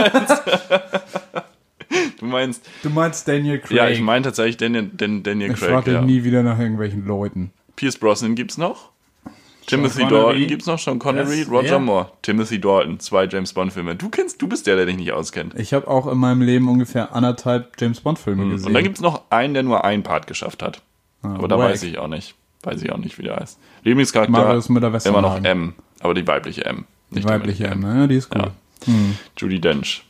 Du meinst, Du meinst Daniel Craig. ja, ich meine tatsächlich Daniel, Dan- Daniel ich frag Craig. dich Ja. nie wieder nach irgendwelchen Leuten. Pierce Brosnan gibt's noch. Timothy Connery. Dalton gibt's noch, Sean Connery, Das- Roger ja. Moore, Timothy Dalton, zwei James Bond Filme. Du kennst, du bist der, der dich nicht auskennt. Ich habe auch in meinem Leben ungefähr anderthalb James Bond Filme gesehen. Hm, Und dann gibt's noch einen, der nur einen Part geschafft hat. Aber da Ah, wack. weiß ich auch nicht. Weiß ich auch nicht, wie der heißt. Lieblingscharakter Marius immer noch Müller-Westernhagen. M, aber die weibliche M. Die Nicht weibliche männliche M, ne? die ist gut. Ja. Judy Dench.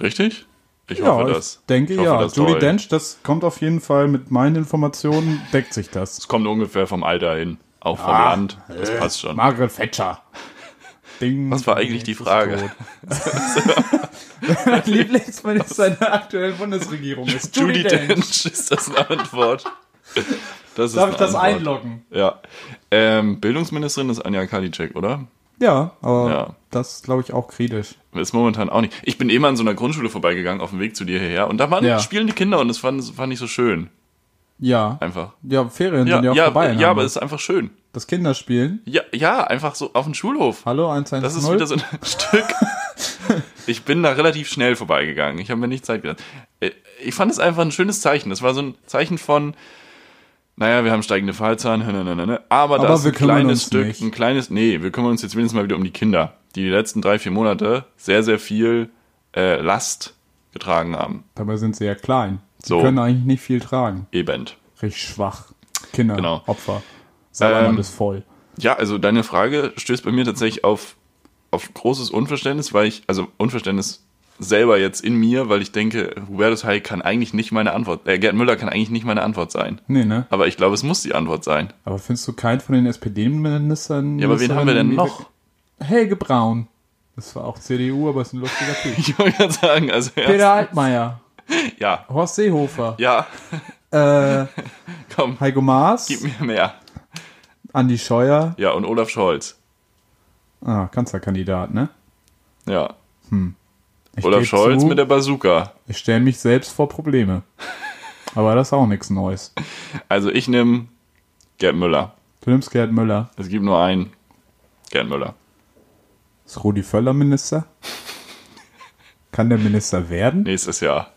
Richtig? Ich Ja, hoffe ich das. denke ich hoffe, ja. das Julie doll. Dench, das kommt auf jeden Fall mit meinen Informationen, deckt sich das. Das kommt ungefähr vom Alter hin. Auch vom Ah. Land. Das Äh. passt schon. Margaret Thatcher. Ding, Was war eigentlich Ding, ist die Frage? tot. Mein Lieblingsminister der aktuellen Bundesregierung ist Judy Judy Dench. Dench, ist das eine Antwort? Das ist Darf eine ich das Antwort. einloggen? Ja. Ähm, Bildungsministerin ist Anja Karliczek, oder? Ja, aber Ja. das glaube ich auch kritisch. Ist momentan auch nicht. Ich bin eben an so einer Grundschule vorbeigegangen, auf dem Weg zu dir hierher. Und da waren Ja. spielende Kinder und das fand, fand ich so schön. Ja. Einfach. Ja, Ferien Ja, sind ja ja, auch ja, vorbei. ne? in aber Hamburg. es ist einfach schön. das Kinderspielen. Ja, ja, einfach so auf dem Schulhof. Hallo 110. Das ist wieder so ein Stück. Ich bin da relativ schnell vorbeigegangen. Ich habe mir nicht Zeit gelassen. Äh, Ich fand es einfach ein schönes Zeichen. Das war so ein Zeichen von, naja, wir haben steigende Fallzahlen, ne, ne, ne, ne. aber Aber das ist wir ein kümmern kleines uns Stück, nicht. ein kleines, nee, wir kümmern uns jetzt wenigstens mal wieder um die Kinder, die die letzten drei, vier Monate sehr, sehr viel äh, Last getragen haben. Dabei sind sie ja klein. Sie So. können eigentlich nicht viel tragen. Eben. Richtig schwach. Kinder, Genau. Opfer. Sauerland Ähm, ist voll. Ja, also deine Frage stößt bei mir tatsächlich auf, auf großes Unverständnis, weil ich, also Unverständnis selber jetzt in mir, weil ich denke, Hubertus Heil kann eigentlich nicht meine Antwort, äh, Gerd Müller kann eigentlich nicht meine Antwort sein. Nee, ne? Aber ich glaube, es muss die Antwort sein. Aber findest du keinen von den SPD-Ministern? Ja, aber wen haben wir denn Ministerinnen, noch? die- Helge Braun. Das war auch CDU, aber ist ein lustiger Typ. Ich wollte gerade sagen, also Peter ja, Altmaier. ja, Horst Seehofer. ja, Äh, komm, Heiko Maas. gib mir mehr. Andi Scheuer. Ja, und Olaf Scholz. Ah, Kanzlerkandidat, ne? Ja, Ich Olaf geb Scholz zu, mit der Bazooka. Ich stelle mich selbst vor Probleme. Aber das ist auch nichts Neues. Also ich nehme Gerd Müller. Du nimmst Gerd Müller. Es gibt nur einen Gerd Müller. Ist Rudi Völler Minister? Kann der Minister werden? Nächstes Jahr.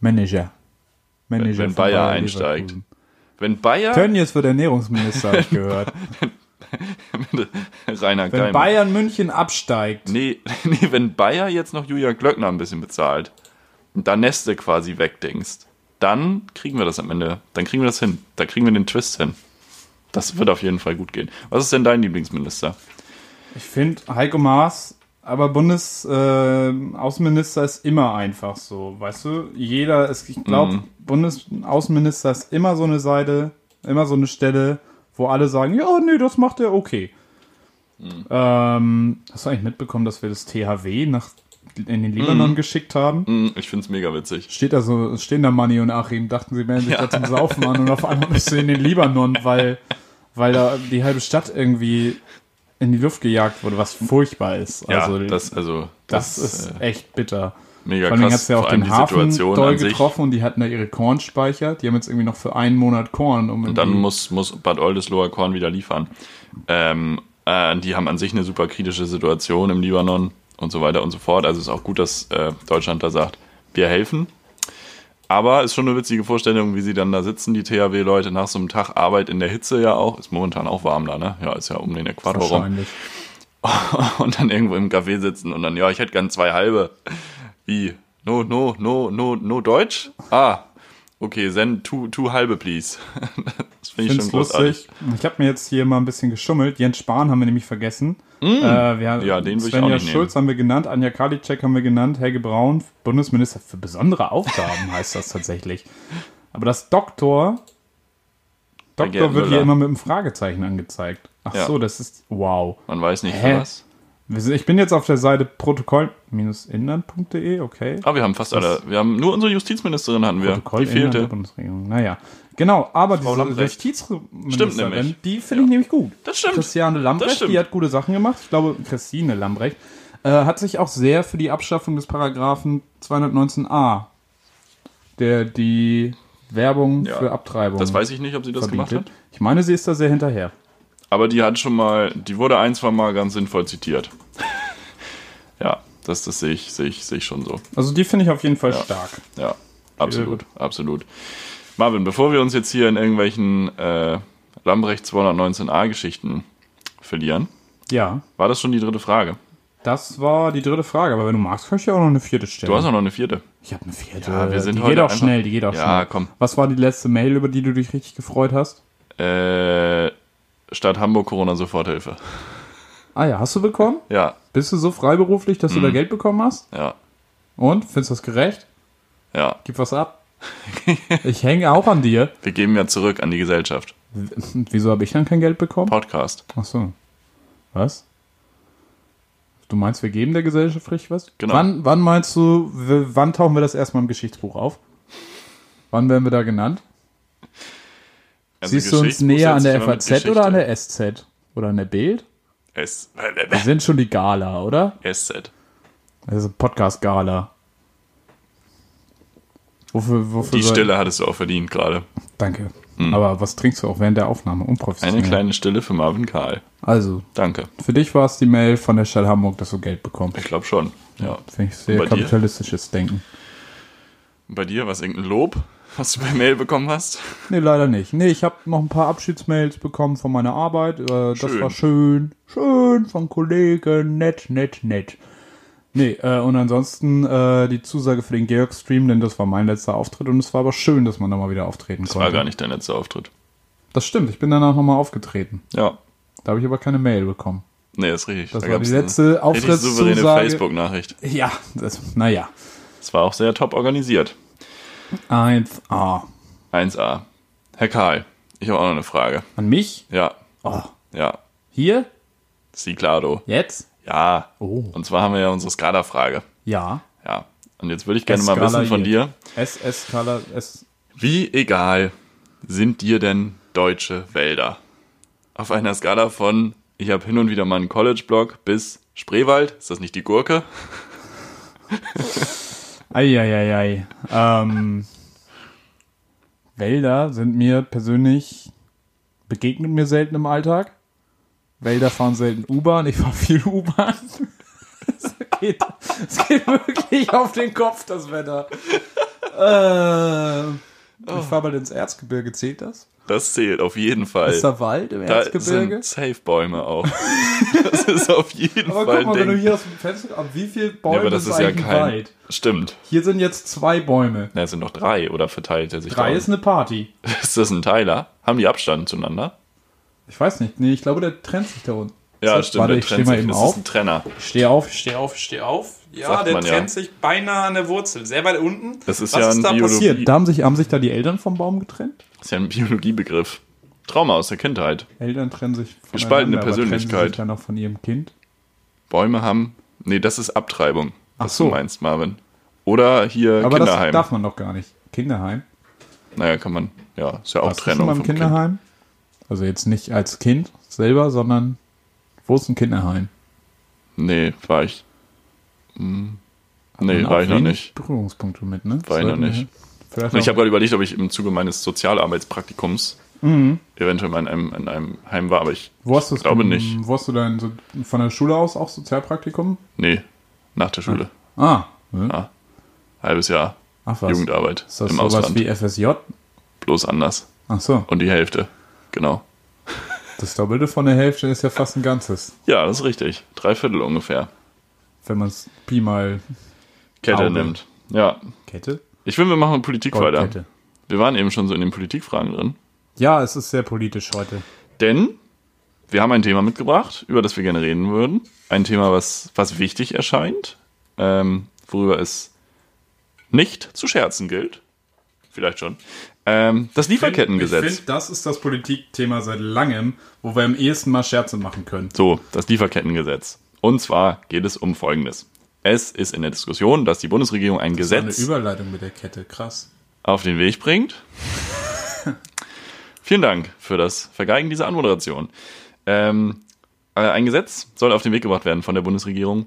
Manager. Manager wenn von Bayer Bayer einsteigt. Leverkusen. Wenn Bayer Tönnies wird Ernährungsminister, habe ich gehört. Rainer Wenn Keimer. Bayern München absteigt, Nee, nee, wenn Bayer jetzt noch Julian Glöckner ein bisschen bezahlt und da Neste quasi wegdenkst, dann kriegen wir das am Ende. Dann kriegen wir das hin. Da kriegen wir den Twist hin. Das wird auf jeden Fall gut gehen. Was ist denn dein Lieblingsminister? ich finde Heiko Maas, aber Bundesaußenminister äh, Außenminister ist immer einfach so, weißt du? Jeder, ist, ich glaube, Bundesaußenminister ist immer so eine Seite, immer so eine Stelle, wo alle sagen, ja, nee, das macht er okay. Ähm, hast du eigentlich mitbekommen, dass wir das THW nach, in den Libanon geschickt haben? Hm, ich find's mega witzig. steht da so, stehen da Manni und Achim, dachten sie, werden sich da zum Saufen an und auf einmal bist du in den Libanon, weil, weil da die halbe Stadt irgendwie in die Luft gejagt wurde, was furchtbar ist. Ja, also das, also, das ist äh, echt bitter. mega Vor allem hat krass. es ja auch Vor allem den die Hafen Situation doll an sich. getroffen und die hatten da ihre Kornspeicher. Die haben jetzt irgendwie noch für einen Monat Korn. Um Und dann irgendwie- muss, muss Bad Oldesloe Korn wieder liefern. Ähm, äh, die haben an sich eine super kritische Situation im Libanon und so weiter und so fort. Also ist auch gut, dass äh, Deutschland da sagt, wir helfen. Aber ist schon eine witzige Vorstellung, wie sie dann da sitzen, die THW-Leute, nach so einem Tag Arbeit in der Hitze ja auch. Ist momentan auch warm da, ne? Ja, ist ja um den Äquator rum. wahrscheinlich. Und dann irgendwo im Café sitzen und dann, ja, ich hätte gern zwei halbe. Wie? No, no, no, no, no Deutsch? Ah, okay, send two, two halbe, please. Das Ich finde finde ich schon es großartig. lustig. Ich habe mir jetzt hier mal ein bisschen geschummelt. Jens Spahn haben wir nämlich vergessen. Äh, wir, Mm. Ja, den würd ich Svenja auch nicht nehmen. Schulz haben wir genannt, Anja Karliczek haben wir genannt, Helge Braun, Bundesminister für besondere Aufgaben heißt das tatsächlich. Aber das Doktor, Bei Doktor Gerd wird hier Müller. immer mit einem Fragezeichen angezeigt. Ach Ja. so, das ist, wow. Man weiß nicht, Hä? für was. Wir sind- Ich bin jetzt auf der Seite protokoll-inland.de, okay. Ah, wir haben fast alle. Wir haben nur unsere Justizministerin hatten wir. Protokoll Die Inland der fehlte. Bundesregierung. Naja, genau, aber diese Lamprecht. Justizministerin, nämlich. die finde ich nämlich gut. Das stimmt. Christiane Das Lambrecht, stimmt. die hat gute Sachen gemacht. Ich glaube, Christine Lambrecht äh, hat sich auch sehr für die Abschaffung des Paragraphen 219a, der die Werbung Ja, für Abtreibung Das weiß ich nicht, ob sie das gemacht verbietet. hat. Ich meine, sie ist da sehr hinterher. Aber die hat schon mal, die wurde ein, zwei Mal ganz sinnvoll zitiert. ja, das, das sehe ich, sehe ich, sehe ich schon so. Also die finde ich auf jeden Fall stark. Ja, absolut, absolut. Marvin, bevor wir uns jetzt hier in irgendwelchen äh, Lambrecht 219a Geschichten verlieren, Ja, war das schon die dritte Frage. das war die dritte Frage. Aber wenn du magst, kann ich ja auch noch eine vierte stellen. Du hast auch noch eine vierte. Ich habe eine vierte. Ja, wir sind die heute geht auch einfach- schnell, die geht auch Ja, schnell. komm. Was war die letzte Mail, über die du dich richtig gefreut hast? Äh, Stadt Hamburg Corona-Soforthilfe. Ah ja, hast du bekommen? Ja, Bist du so freiberuflich, dass du Mhm. da Geld bekommen hast? ja, Und? Findest du das gerecht? ja. Gib was ab. Ich hänge auch an dir. Wir geben ja zurück an die Gesellschaft. W- Wieso habe ich dann kein Geld bekommen? Podcast. Ach so. Was? Du meinst, wir geben der Gesellschaft richtig was? Genau. Wann, wann meinst du, w- wann tauchen wir das erstmal im Geschichtsbuch auf? Wann werden wir da genannt? Also Siehst du uns Geschichte näher an muss jetzt der nicht mal mit FAZ oder an Geschichte. der SZ? Oder an der Bild? S Wir sind schon die Gala, oder? SZ. Also Podcast-Gala. Wofür, wofür Die soll- Stille hattest du auch verdient gerade. Danke. Aber was trinkst du auch während der Aufnahme? Eine Unprofessionell. kleine Stille für Marvin Karl. Also, Danke. für dich war es die Mail von der Stadt Hamburg, dass du Geld bekommst. Ich glaube schon. Ja. Finde ich sehr Bei dir? kapitalistisches Denken. Und bei dir war es irgendein Lob, was du bei Mail bekommen hast? Nee, leider nicht. Nee, ich habe noch ein paar Abschiedsmails bekommen von meiner Arbeit. Äh, das Schön. war schön. Schön von Kollegen. Nett, nett, nett. Nee, äh, und ansonsten äh, die Zusage für den Georg-Stream, denn das war mein letzter Auftritt und es war aber schön, dass man da mal wieder auftreten Das konnte. war gar nicht dein letzter Auftritt. Das stimmt, ich bin danach nochmal aufgetreten. Ja. Da habe ich aber keine Mail bekommen. Nee, ist richtig. Das Da war gab's die eine letzte richtig Auftrittszusage. souveräne Facebook-Nachricht. Ja, das, naja. Es war auch sehr top organisiert. 1a. 1a. Herr Karl, ich habe auch noch eine Frage. An mich? Ja, Oh. ja. Hier? Ciclado. Jetzt? Ja. Oh. Und zwar haben wir ja unsere Skala-Frage. Ja. Ja. Und jetzt würde ich gerne mal Skala wissen von hier. dir, SS Color S. wie egal sind dir denn deutsche Wälder? Auf einer Skala von ich habe hin und wieder mal einen College-Blog bis Spreewald, ist das nicht die Gurke? Eieiei. Ähm, Wälder sind mir persönlich begegnen mir selten im Alltag. Wälder fahren selten U-Bahn. Ich fahre viel U-Bahn. Es geht, es geht wirklich auf den Kopf, das Wetter. Äh, Oh. Ich fahre bald ins Erzgebirge. Zählt das? Das zählt auf jeden Fall. Ist da Wald im Äh, Da Erzgebirge? sind Safe-Bäume auch. das ist auf jeden Aber Fall guck mal, ein wenn du Ding. hier aus dem Fenster guckst, ab wie viel Bäume ja, aber das ist, ist ja eigentlich kein. Wald? Stimmt. Hier sind jetzt zwei Bäume. Na, es sind noch drei oder verteilt er sich Drei da? ist eine Party. Ist das ein Teiler? Haben die Abstand zueinander? Ich weiß nicht. Nee, ich glaube, der trennt sich da unten. Ja, Warte, stimmt. ich stehe mal sich. eben das auf. ist ein Trenner. Ich stehe auf, ich stehe auf, ich stehe auf. Ja, Sagt der man ja. trennt sich beinahe an der Wurzel. Sehr weit unten. Das ist Was ja ist ein da Biologie- passiert? Da haben sich, haben sich da die Eltern vom Baum getrennt? Das ist ja ein Biologiebegriff. Trauma aus der Kindheit. Eltern trennen sich von Gespaltene Persönlichkeit. dann noch von ihrem Kind. Bäume haben. Nee, das ist Abtreibung. Ach was so. Du meinst, Marvin. Oder hier Aber das Kinderheim. darf man doch gar nicht. Kinderheim. naja, kann man. Ja, ist ja auch Warst du schon Trennung. mal im vom kind. Kinderheim? Also jetzt nicht als Kind selber, sondern wo ist ein Kinderheim? Nee, war ich. Hm. Nee, Man war auch ich noch wenig nicht. Berührungspunkte mit, ne? War ich noch Sollten wir nicht. Vielleicht Ich auch- habe gerade überlegt, ob ich im Zuge meines Sozialarbeitspraktikums Mhm. eventuell mal in einem, in einem Heim war, aber ich wo hast du es- glaube nicht. Wo hast du dein, so, von der Schule aus auch Sozialpraktikum? Nee, nach der Schule. Ah, hm? Ah, Halbes Jahr ach was. Jugendarbeit Ist das im sowas Ausland. wie FSJ? Bloß anders. Ach so, Und die Hälfte. Genau. das Doppelte von der Hälfte ist ja fast ein Ganzes, Ja, das ist richtig. Drei Viertel ungefähr. wenn man es Pi mal Kette Auge. nimmt. Ja. Kette? Ich finde, wir machen mit Politik weiter. Goldkette. Wir waren eben schon so in den Politikfragen drin. Ja, es ist sehr politisch heute. Denn wir haben ein Thema mitgebracht, über das wir gerne reden würden. Ein Thema, was, was wichtig erscheint, ähm, worüber es nicht zu scherzen gilt. Vielleicht schon. Ähm, das Lieferkettengesetz. Ich finde, das ist das Politikthema seit langem, wo wir am ehesten mal Scherze machen können. So, das Lieferkettengesetz. Und zwar geht es um Folgendes. Es ist in der Diskussion, dass die Bundesregierung ein Eine Gesetz Überleitung mit der Kette, krass. auf den Weg bringt. Vielen Dank für das Vergeigen dieser Anmoderation. Ähm, äh, ein Gesetz soll auf den Weg gebracht werden von der Bundesregierung,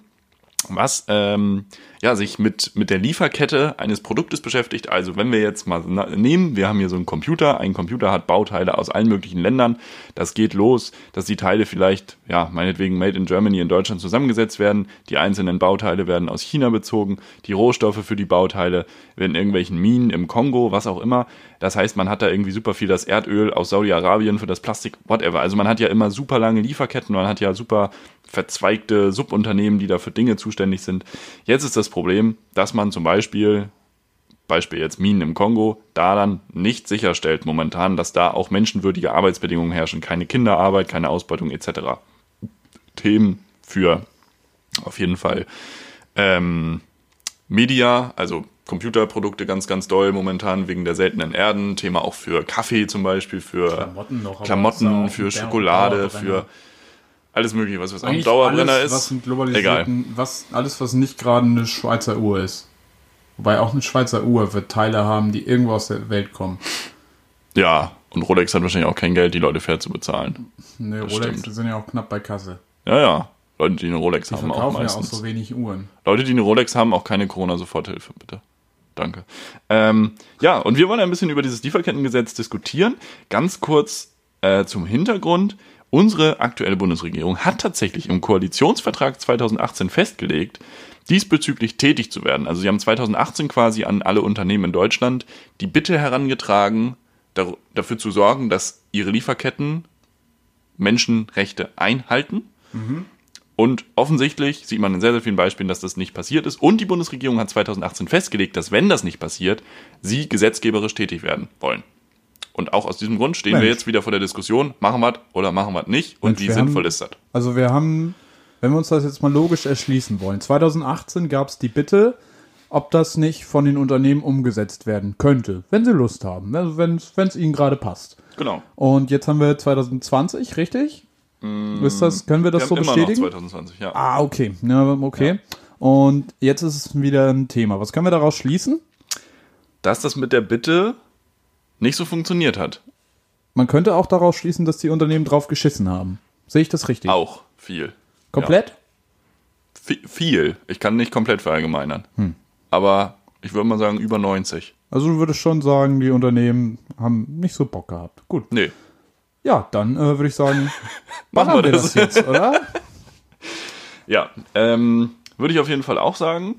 was ähm, ja, sich mit, mit der Lieferkette eines Produktes beschäftigt. Also wenn wir jetzt mal na- nehmen, wir haben hier so einen Computer, ein Computer hat Bauteile aus allen möglichen Ländern. Das geht los, dass die Teile vielleicht, ja, meinetwegen made in Germany in Deutschland zusammengesetzt werden. Die einzelnen Bauteile werden aus China bezogen. Die Rohstoffe für die Bauteile werden in irgendwelchen Minen im Kongo, was auch immer. Das heißt, man hat da irgendwie super viel das Erdöl aus Saudi-Arabien für das Plastik, whatever. Also man hat ja immer super lange Lieferketten, man hat ja super verzweigte Subunternehmen, die dafür Dinge zuständig sind. Jetzt ist das Problem, dass man zum Beispiel, Beispiel jetzt Minen im Kongo, da dann nicht sicherstellt momentan, dass da auch menschenwürdige Arbeitsbedingungen herrschen, keine Kinderarbeit, keine Ausbeutung etc. Themen für auf jeden Fall ähm, Media, also Computerprodukte ganz, ganz doll momentan wegen der seltenen Erden. Thema auch für Kaffee zum Beispiel, für Klamotten noch, aber Klamotten, ist da auch für ein Schokolade, Dauerbrenner. für Alles mögliche, was, was ein Eigentlich Dauerbrenner alles, ist. Was ein globalisierten, was, alles, was nicht gerade eine Schweizer Uhr ist. Wobei auch eine Schweizer Uhr wird Teile haben, die irgendwo aus der Welt kommen. Ja, und Rolex hat wahrscheinlich auch kein Geld, die Leute fair zu bezahlen. Ne, Das Rolex stimmt. sind ja auch knapp bei Kasse. Ja, ja. Leute, die eine Rolex Die haben, auch verkaufen ja auch meistens. so wenig Uhren. Leute, die eine Rolex haben, auch keine Corona-Soforthilfe, bitte. Danke. Ähm, ja, und wir wollen ein bisschen über dieses Lieferkettengesetz diskutieren. Ganz kurz äh, zum Hintergrund. Unsere aktuelle Bundesregierung hat tatsächlich im Koalitionsvertrag 2018 festgelegt, diesbezüglich tätig zu werden. Also sie haben 2018 quasi an alle Unternehmen in Deutschland die Bitte herangetragen, dar- dafür zu sorgen, dass ihre Lieferketten Menschenrechte einhalten. Und offensichtlich sieht man in sehr, sehr vielen Beispielen, dass das nicht passiert ist. Und die Bundesregierung hat 2018 festgelegt, dass wenn das nicht passiert, sie gesetzgeberisch tätig werden wollen. Und auch aus diesem Grund stehen wir Mensch. jetzt wieder vor der Diskussion, machen wir oder machen wir nicht und Mensch, wie wir sinnvoll haben- ist das? Also wir haben, wenn wir uns das jetzt mal logisch erschließen wollen, 2018 gab es die Bitte, ob das nicht von den Unternehmen umgesetzt werden könnte, wenn sie Lust haben, also wenn es ihnen gerade passt. Genau. Und jetzt haben wir 2020, richtig? Ist das, können wir das Mm, Wir so haben immer noch bestätigen? 2020, ja. Ah, okay. Ja, okay. Und jetzt ist es wieder ein Thema. Was können wir daraus schließen? Dass das mit der Bitte nicht so funktioniert hat. Man könnte auch daraus schließen, dass die Unternehmen drauf geschissen haben. Sehe ich das richtig? Auch viel. Komplett? Vi- Viel. Ich kann nicht komplett verallgemeinern. Hm. Aber ich würde mal sagen, über 90. Also du würdest schon sagen, die Unternehmen haben nicht so Bock gehabt. Gut. Nee. Ja, dann äh, würde ich sagen, machen wir wir das das. jetzt, oder? Ja, ähm, würde ich auf jeden Fall auch sagen.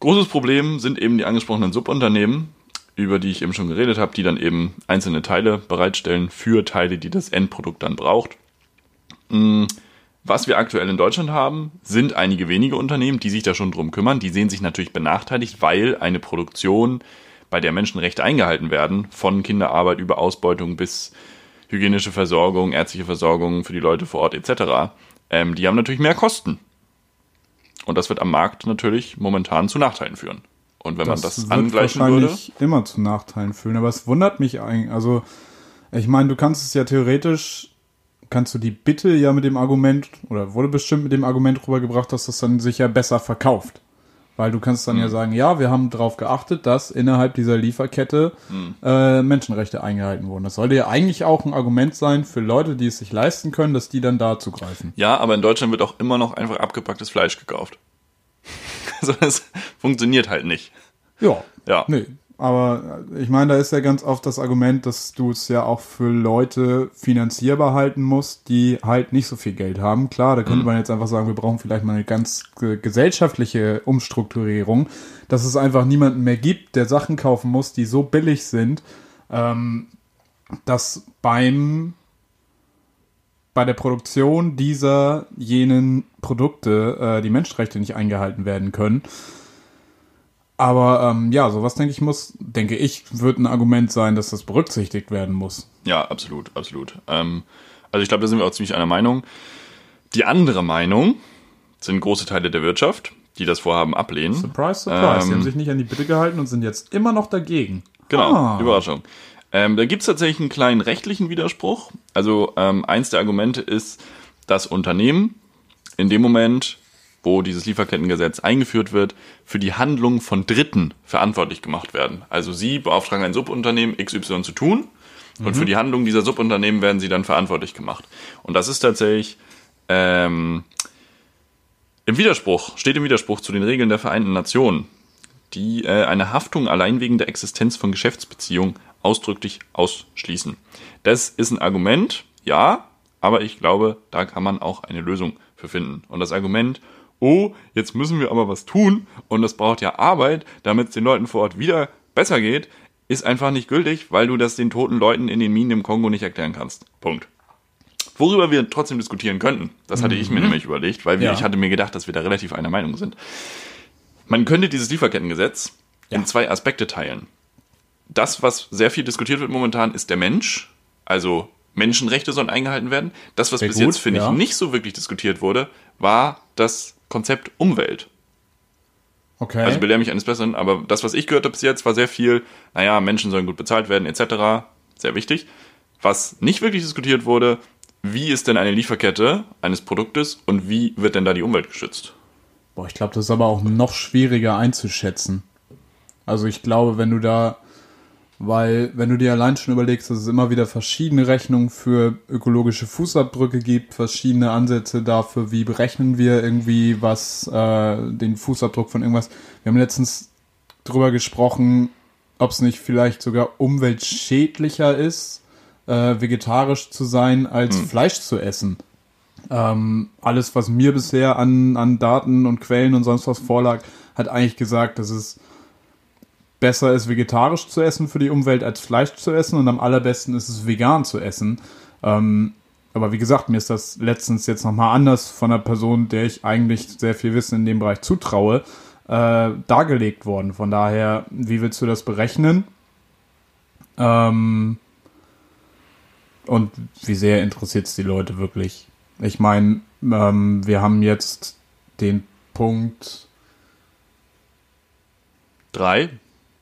Großes Problem sind eben die angesprochenen Subunternehmen, über die ich eben schon geredet habe, die dann eben einzelne Teile bereitstellen für Teile, die das Endprodukt dann braucht. Mm, Was wir aktuell in Deutschland haben, sind einige wenige Unternehmen, die sich da schon drum kümmern. Die sehen sich natürlich benachteiligt, weil eine Produktion, bei der Menschenrechte eingehalten werden, von Kinderarbeit über Ausbeutung bis hygienische Versorgung, ärztliche Versorgung für die Leute vor Ort etc., ähm, die haben natürlich mehr Kosten. Und das wird am Markt natürlich momentan zu Nachteilen führen. Und wenn man das wird angleichen würde, wahrscheinlich immer zu Nachteilen führen. Aber es wundert mich eigentlich. Also, ich meine, du kannst es ja theoretisch, kannst du die Bitte ja mit dem Argument, oder wurde bestimmt mit dem Argument rübergebracht, dass das dann sich ja besser verkauft. Weil du kannst dann Hm. ja sagen, ja, wir haben darauf geachtet, dass innerhalb dieser Lieferkette Hm. äh, Menschenrechte eingehalten wurden. Das sollte ja eigentlich auch ein Argument sein für Leute, die es sich leisten können, dass die dann da zugreifen. ja, aber in Deutschland wird auch immer noch einfach abgepacktes Fleisch gekauft. also das funktioniert halt nicht. Ja. Ja. Nee, aber ich meine, da ist ja ganz oft das Argument, dass du es ja auch für Leute finanzierbar halten musst, die halt nicht so viel Geld haben. Klar, da könnte man jetzt einfach sagen, wir brauchen vielleicht mal eine ganz ge- gesellschaftliche Umstrukturierung, dass es einfach niemanden mehr gibt, der Sachen kaufen muss, die so billig sind, ähm, dass beim bei der Produktion dieser jenen Produkte äh, die Menschenrechte nicht eingehalten werden können. Aber ähm, ja, sowas denke ich muss, denke ich, wird ein Argument sein, dass das berücksichtigt werden muss. Ja, absolut, absolut. Ähm, also ich glaube, da sind wir auch ziemlich einer Meinung. Die andere Meinung sind große Teile der Wirtschaft, die das Vorhaben ablehnen. Surprise, surprise. Ähm, Die haben sich nicht an die Bitte gehalten und sind jetzt immer noch dagegen. Genau, Ah. Überraschung. Ähm, da gibt's tatsächlich einen kleinen rechtlichen Widerspruch. Also ähm, eins der Argumente ist, dass Unternehmen in dem Moment, wo dieses Lieferkettengesetz eingeführt wird, für die Handlung von Dritten verantwortlich gemacht werden. Also sie beauftragen ein Subunternehmen XY zu tun und für die Handlung dieser Subunternehmen werden sie dann verantwortlich gemacht. Und das ist tatsächlich ähm, im Widerspruch, steht im Widerspruch zu den Regeln der Vereinten Nationen die äh, eine Haftung allein wegen der Existenz von Geschäftsbeziehungen ausdrücklich ausschließen. Das ist ein Argument, ja, aber ich glaube, da kann man auch eine Lösung für finden. Und das Argument, oh, jetzt müssen wir aber was tun und das braucht ja Arbeit, damit es den Leuten vor Ort wieder besser geht, ist einfach nicht gültig, weil du das den toten Leuten in den Minen im Kongo nicht erklären kannst. Punkt. Worüber wir trotzdem diskutieren könnten, das hatte ich mir nämlich überlegt, weil wir, Ja. ich hatte mir gedacht, dass wir da relativ einer Meinung sind. Man könnte dieses Lieferkettengesetz in zwei Aspekte teilen. Das, was sehr viel diskutiert wird momentan, ist der Mensch. Also Menschenrechte sollen eingehalten werden. Das, was Sehr bis gut, jetzt, finde ja. ich, nicht so wirklich diskutiert wurde, war das Konzept Umwelt. Okay. Also belehre mich eines Besseren, aber das, was ich gehört habe bis jetzt, war sehr viel, naja, Menschen sollen gut bezahlt werden, etc. Sehr wichtig. Was nicht wirklich diskutiert wurde, wie ist denn eine Lieferkette eines Produktes und wie wird denn da die Umwelt geschützt? Boah, ich glaube, das ist aber auch noch schwieriger einzuschätzen. Also ich glaube, wenn du da, weil wenn du dir allein schon überlegst, dass es immer wieder verschiedene Rechnungen für ökologische Fußabdrücke gibt, verschiedene Ansätze dafür, wie berechnen wir irgendwie was, äh, den Fußabdruck von irgendwas. Wir haben letztens drüber gesprochen, ob es nicht vielleicht sogar umweltschädlicher ist, äh, vegetarisch zu sein, als Fleisch zu essen. Ähm, alles, was mir bisher an, an Daten und Quellen und sonst was vorlag, hat eigentlich gesagt, dass es besser ist, vegetarisch zu essen für die Umwelt, als Fleisch zu essen und am allerbesten ist es, vegan zu essen. Ähm, aber wie gesagt, mir ist das letztens jetzt nochmal anders von einer Person, der ich eigentlich sehr viel Wissen in dem Bereich zutraue, äh, dargelegt worden. Von daher, wie willst du das berechnen? Ähm, und wie sehr interessiert es die Leute wirklich? Ich meine, ähm, wir haben jetzt den Punkt, Drei.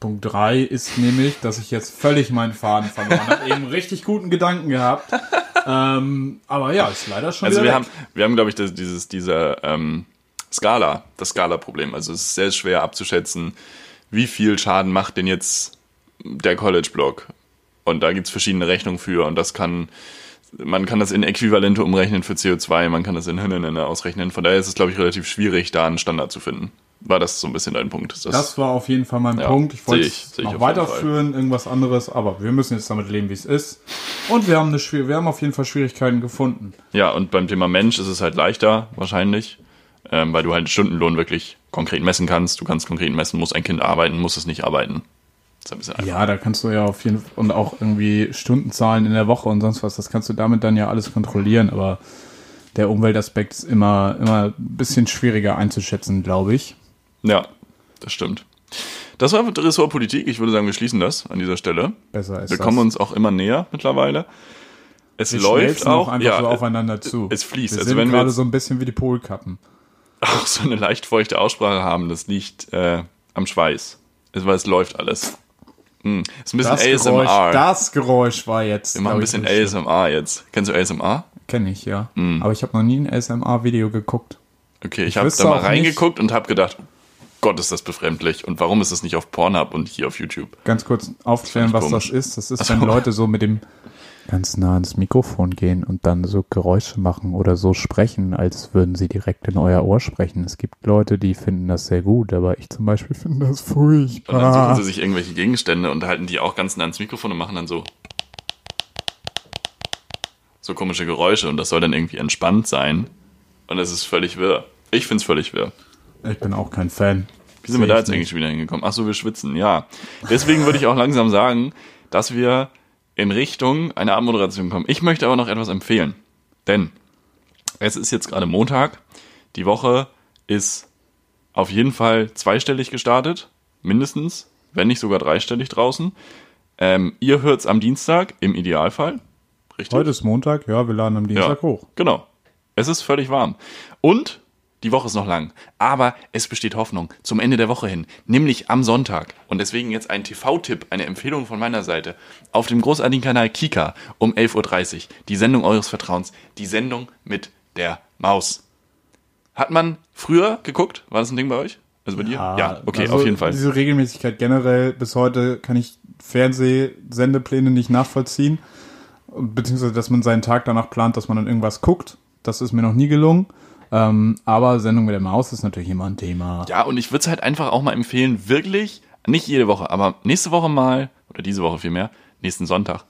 Punkt 3 ist nämlich, dass ich jetzt völlig meinen Faden verloren habe. Eben richtig guten Gedanken gehabt. Ähm, aber ja, ist leider schon Also wieder wir weg. haben, wir haben, glaube ich, das, dieses, diese ähm, Skala, das Skala-Problem. Also es ist sehr schwer abzuschätzen, wie viel Schaden macht denn jetzt der College-Block. Und da gibt's verschiedene Rechnungen für und das kann, man kann das in Äquivalente umrechnen für CO2, man kann das in Hinnenende ausrechnen. Von daher ist es, glaube ich, relativ schwierig, da einen Standard zu finden. War das so ein bisschen dein Punkt? Das war auf jeden Fall mein Ja, Punkt. Ich wollte sehe ich, es sehe ich noch auf jeden weiterführen, irgendwas anderes, aber wir müssen jetzt damit leben, wie es ist. Und wir haben, eine, Schwier- wir haben auf jeden Fall Schwierigkeiten gefunden. Ja, und beim Thema Mensch ist es halt leichter, wahrscheinlich, ähm, weil du halt Stundenlohn wirklich konkret messen kannst. Du kannst konkret messen, muss ein Kind arbeiten, muss es nicht arbeiten. Ist ein bisschen einfach. Ja, da kannst du ja auf jeden Fall und auch irgendwie Stundenzahlen in der Woche und sonst was, das kannst du damit dann ja alles kontrollieren, aber der Umweltaspekt ist immer, immer ein bisschen schwieriger einzuschätzen, glaube ich. Ja, das stimmt. Das war das Ressort Politik. Ich würde sagen, wir schließen das an dieser Stelle. Besser ist Wir das. kommen uns auch immer näher mittlerweile. Es Wir läuft schmelzen auch auch. einfach ja, so aufeinander zu. es fließt. Wir Also sind wenn wir gerade jetzt- so ein bisschen wie die Polkappen. auch so eine leicht feuchte Aussprache haben, das liegt äh, am Schweiß. Es, weil es läuft alles. Hm. Ist ein bisschen Das ASMR. Geräusch, das Geräusch war jetzt. wir machen ein bisschen ASMR jetzt. Kennst du ASMR? Kenne ich ja. Aber ich habe noch nie ein ASMR-Video geguckt. Okay, ich, habe wüsste da mal auch nicht- reingeguckt und habe gedacht, oh Gott, ist das befremdlich. Und warum ist das nicht auf Pornhub und hier auf YouTube? Ganz kurz aufklären, Das was fand ich das ist. Das ist, wenn Leute so mit dem ganz nah ans Mikrofon gehen und dann so Geräusche machen oder so sprechen, als würden sie direkt in euer Ohr sprechen. Es gibt Leute, die finden das sehr gut, aber ich zum Beispiel finde das Und dann suchen furchtbar. sie sich irgendwelche Gegenstände und halten die auch ganz nah ans Mikrofon und machen dann so so komische Geräusche und das soll dann irgendwie entspannt sein. Und es ist völlig wirr. Ich find's völlig wirr. Ich bin auch kein Fan. Wie sind wir da jetzt ne? eigentlich schon wieder hingekommen? Ach so, wir schwitzen, ja. Deswegen würde ich auch langsam sagen, dass wir in Richtung einer Abmoderation kommen. Ich möchte aber noch etwas empfehlen. Denn es ist jetzt gerade Montag. Die Woche ist auf jeden Fall zweistellig gestartet. Mindestens, wenn nicht sogar dreistellig draußen. Ähm, ihr hört's am Dienstag, im Idealfall. Richtig? Heute ist Montag, ja, wir laden am Ja, Dienstag hoch. Genau. Es ist völlig warm. Und die Woche ist noch lang. Aber es besteht Hoffnung zum Ende der Woche hin, nämlich am Sonntag. Und deswegen jetzt ein TV-Tipp, eine Empfehlung von meiner Seite. Auf dem großartigen Kanal Kika um 11.30 Uhr. Die Sendung eures Vertrauens. Die Sendung mit der Maus. Hat man früher geguckt? War das ein Ding bei euch? Also bei dir? Ja, okay, also auf jeden Fall. Diese Regelmäßigkeit generell, bis heute kann ich Fernsehsendepläne nicht nachvollziehen. Beziehungsweise, dass man seinen Tag danach plant, dass man dann irgendwas guckt. Das ist mir noch nie gelungen. Ähm, aber Sendung mit der Maus ist natürlich immer ein Thema. Ja, und ich würde es halt einfach auch mal empfehlen, wirklich, nicht jede Woche, aber nächste Woche mal, oder diese Woche vielmehr, nächsten Sonntag,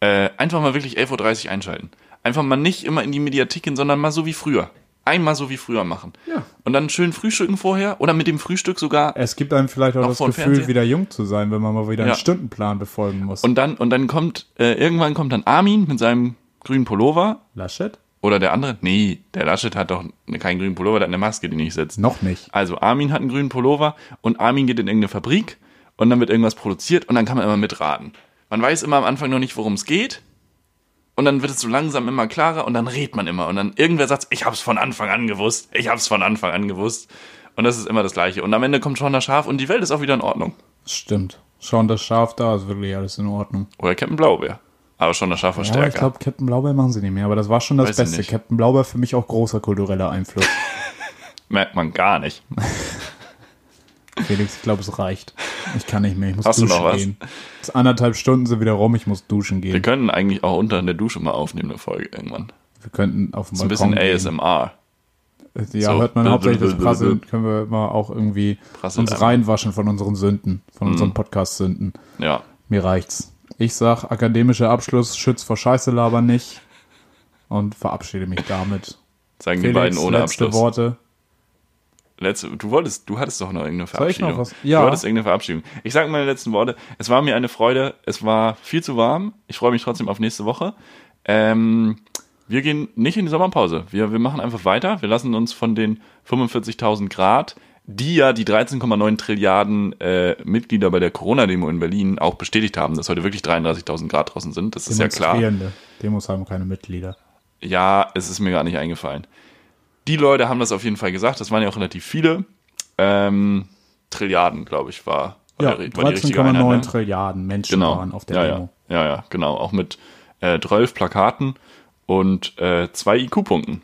äh, einfach mal wirklich 11.30 Uhr einschalten. Einfach mal nicht immer in die Mediathek gehen, sondern mal so wie früher. Einmal so wie früher machen. Ja. Und dann schön frühstücken vorher oder mit dem Frühstück sogar. Es gibt einem vielleicht auch, das vor dem Gefühl, Fernsehen? wieder jung zu sein, wenn man mal wieder Ja. einen Stundenplan befolgen muss. Und dann, und dann kommt, äh, irgendwann kommt dann Armin mit seinem grünen Pullover Laschet? oder der andere. Nee, der Laschet hat doch keinen grünen Pullover, der hat eine Maske, die nicht sitzt. Noch nicht. Also Armin hat einen grünen Pullover und Armin geht in irgendeine Fabrik und dann wird irgendwas produziert und dann kann man immer mitraten. Man weiß immer am Anfang noch nicht, worum es geht und dann wird es so langsam immer klarer und dann redet man immer und dann irgendwer sagt, ich hab's von Anfang an gewusst, ich hab's von Anfang an gewusst und das ist immer das Gleiche und am Ende kommt schon das Schaf und die Welt ist auch wieder in Ordnung. Stimmt. Schauen das Schaf da, ist wirklich alles in Ordnung. Oder Captain Blaubeer. Aber schon eine scharfe Ja, aber Stärke. ich glaube, Captain Blaubeer machen sie nicht mehr, aber das war schon das Weiß ich Beste. nicht. Captain Blaubeer für mich auch großer kultureller Einfluss. Merkt man gar nicht. Felix, ich glaube, es reicht. Ich kann nicht mehr, ich muss Hast du duschen noch was? gehen. Es ist anderthalb Stunden sind wieder rum, ich muss duschen gehen. Wir können eigentlich auch unter in der Dusche mal aufnehmen, eine Folge irgendwann. Wir könnten auf dem Balkon Ein bisschen gehen. Äh, ASMR. Ja, So. hört man hauptsächlich das Blablabla. Prasseln, können wir mal auch irgendwie Prasseln uns einfach. reinwaschen von unseren Sünden, von Mhm. unseren Podcast-Sünden. Ja. Mir reicht's. Ich sag, akademischer Abschluss schützt vor Scheiße laber nicht und verabschiede mich damit. Sagen die beiden ohne letzte Abschluss. Worte. Letzte, du wolltest, du hattest doch noch irgendeine Soll ich Verabschiedung. noch was? Ja. Du hattest irgendeine Verabschiedung. Ich sage meine letzten Worte. Es war mir eine Freude. Es war viel zu warm. Ich freue mich trotzdem auf nächste Woche. Ähm, wir gehen nicht in die Sommerpause. Wir, wir machen einfach weiter. Wir lassen uns von den 45.000 Grad, die ja die 13,9 Trilliarden äh, Mitglieder bei der Corona-Demo in Berlin auch bestätigt haben, dass heute wirklich 33.000 Grad draußen sind. Das ist ja klar. Demonstrierende. Demos haben keine Mitglieder. Ja, es ist mir gar nicht eingefallen. Die Leute haben das auf jeden Fall gesagt. Das waren ja auch relativ viele. Ähm, Trilliarden, glaube ich, war, war, Ja, der- war die richtige 13,9 Einheit. Ne? Trilliarden Menschen Genau. waren auf der ja, Demo. Ja. ja, ja, genau. Auch mit äh, 12 Plakaten und äh, zwei IQ-Punkten.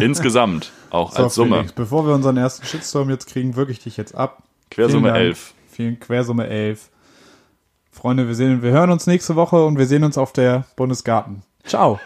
Insgesamt, auch als So, Summe. Felix, bevor wir unseren ersten Shitstorm jetzt kriegen, wirklich dich jetzt ab. Quersumme Vielen Dank. 11. Vielen Quersumme 11. Freunde, wir sehen, wir hören uns nächste Woche und wir sehen uns auf der Bundesgarten. Ciao.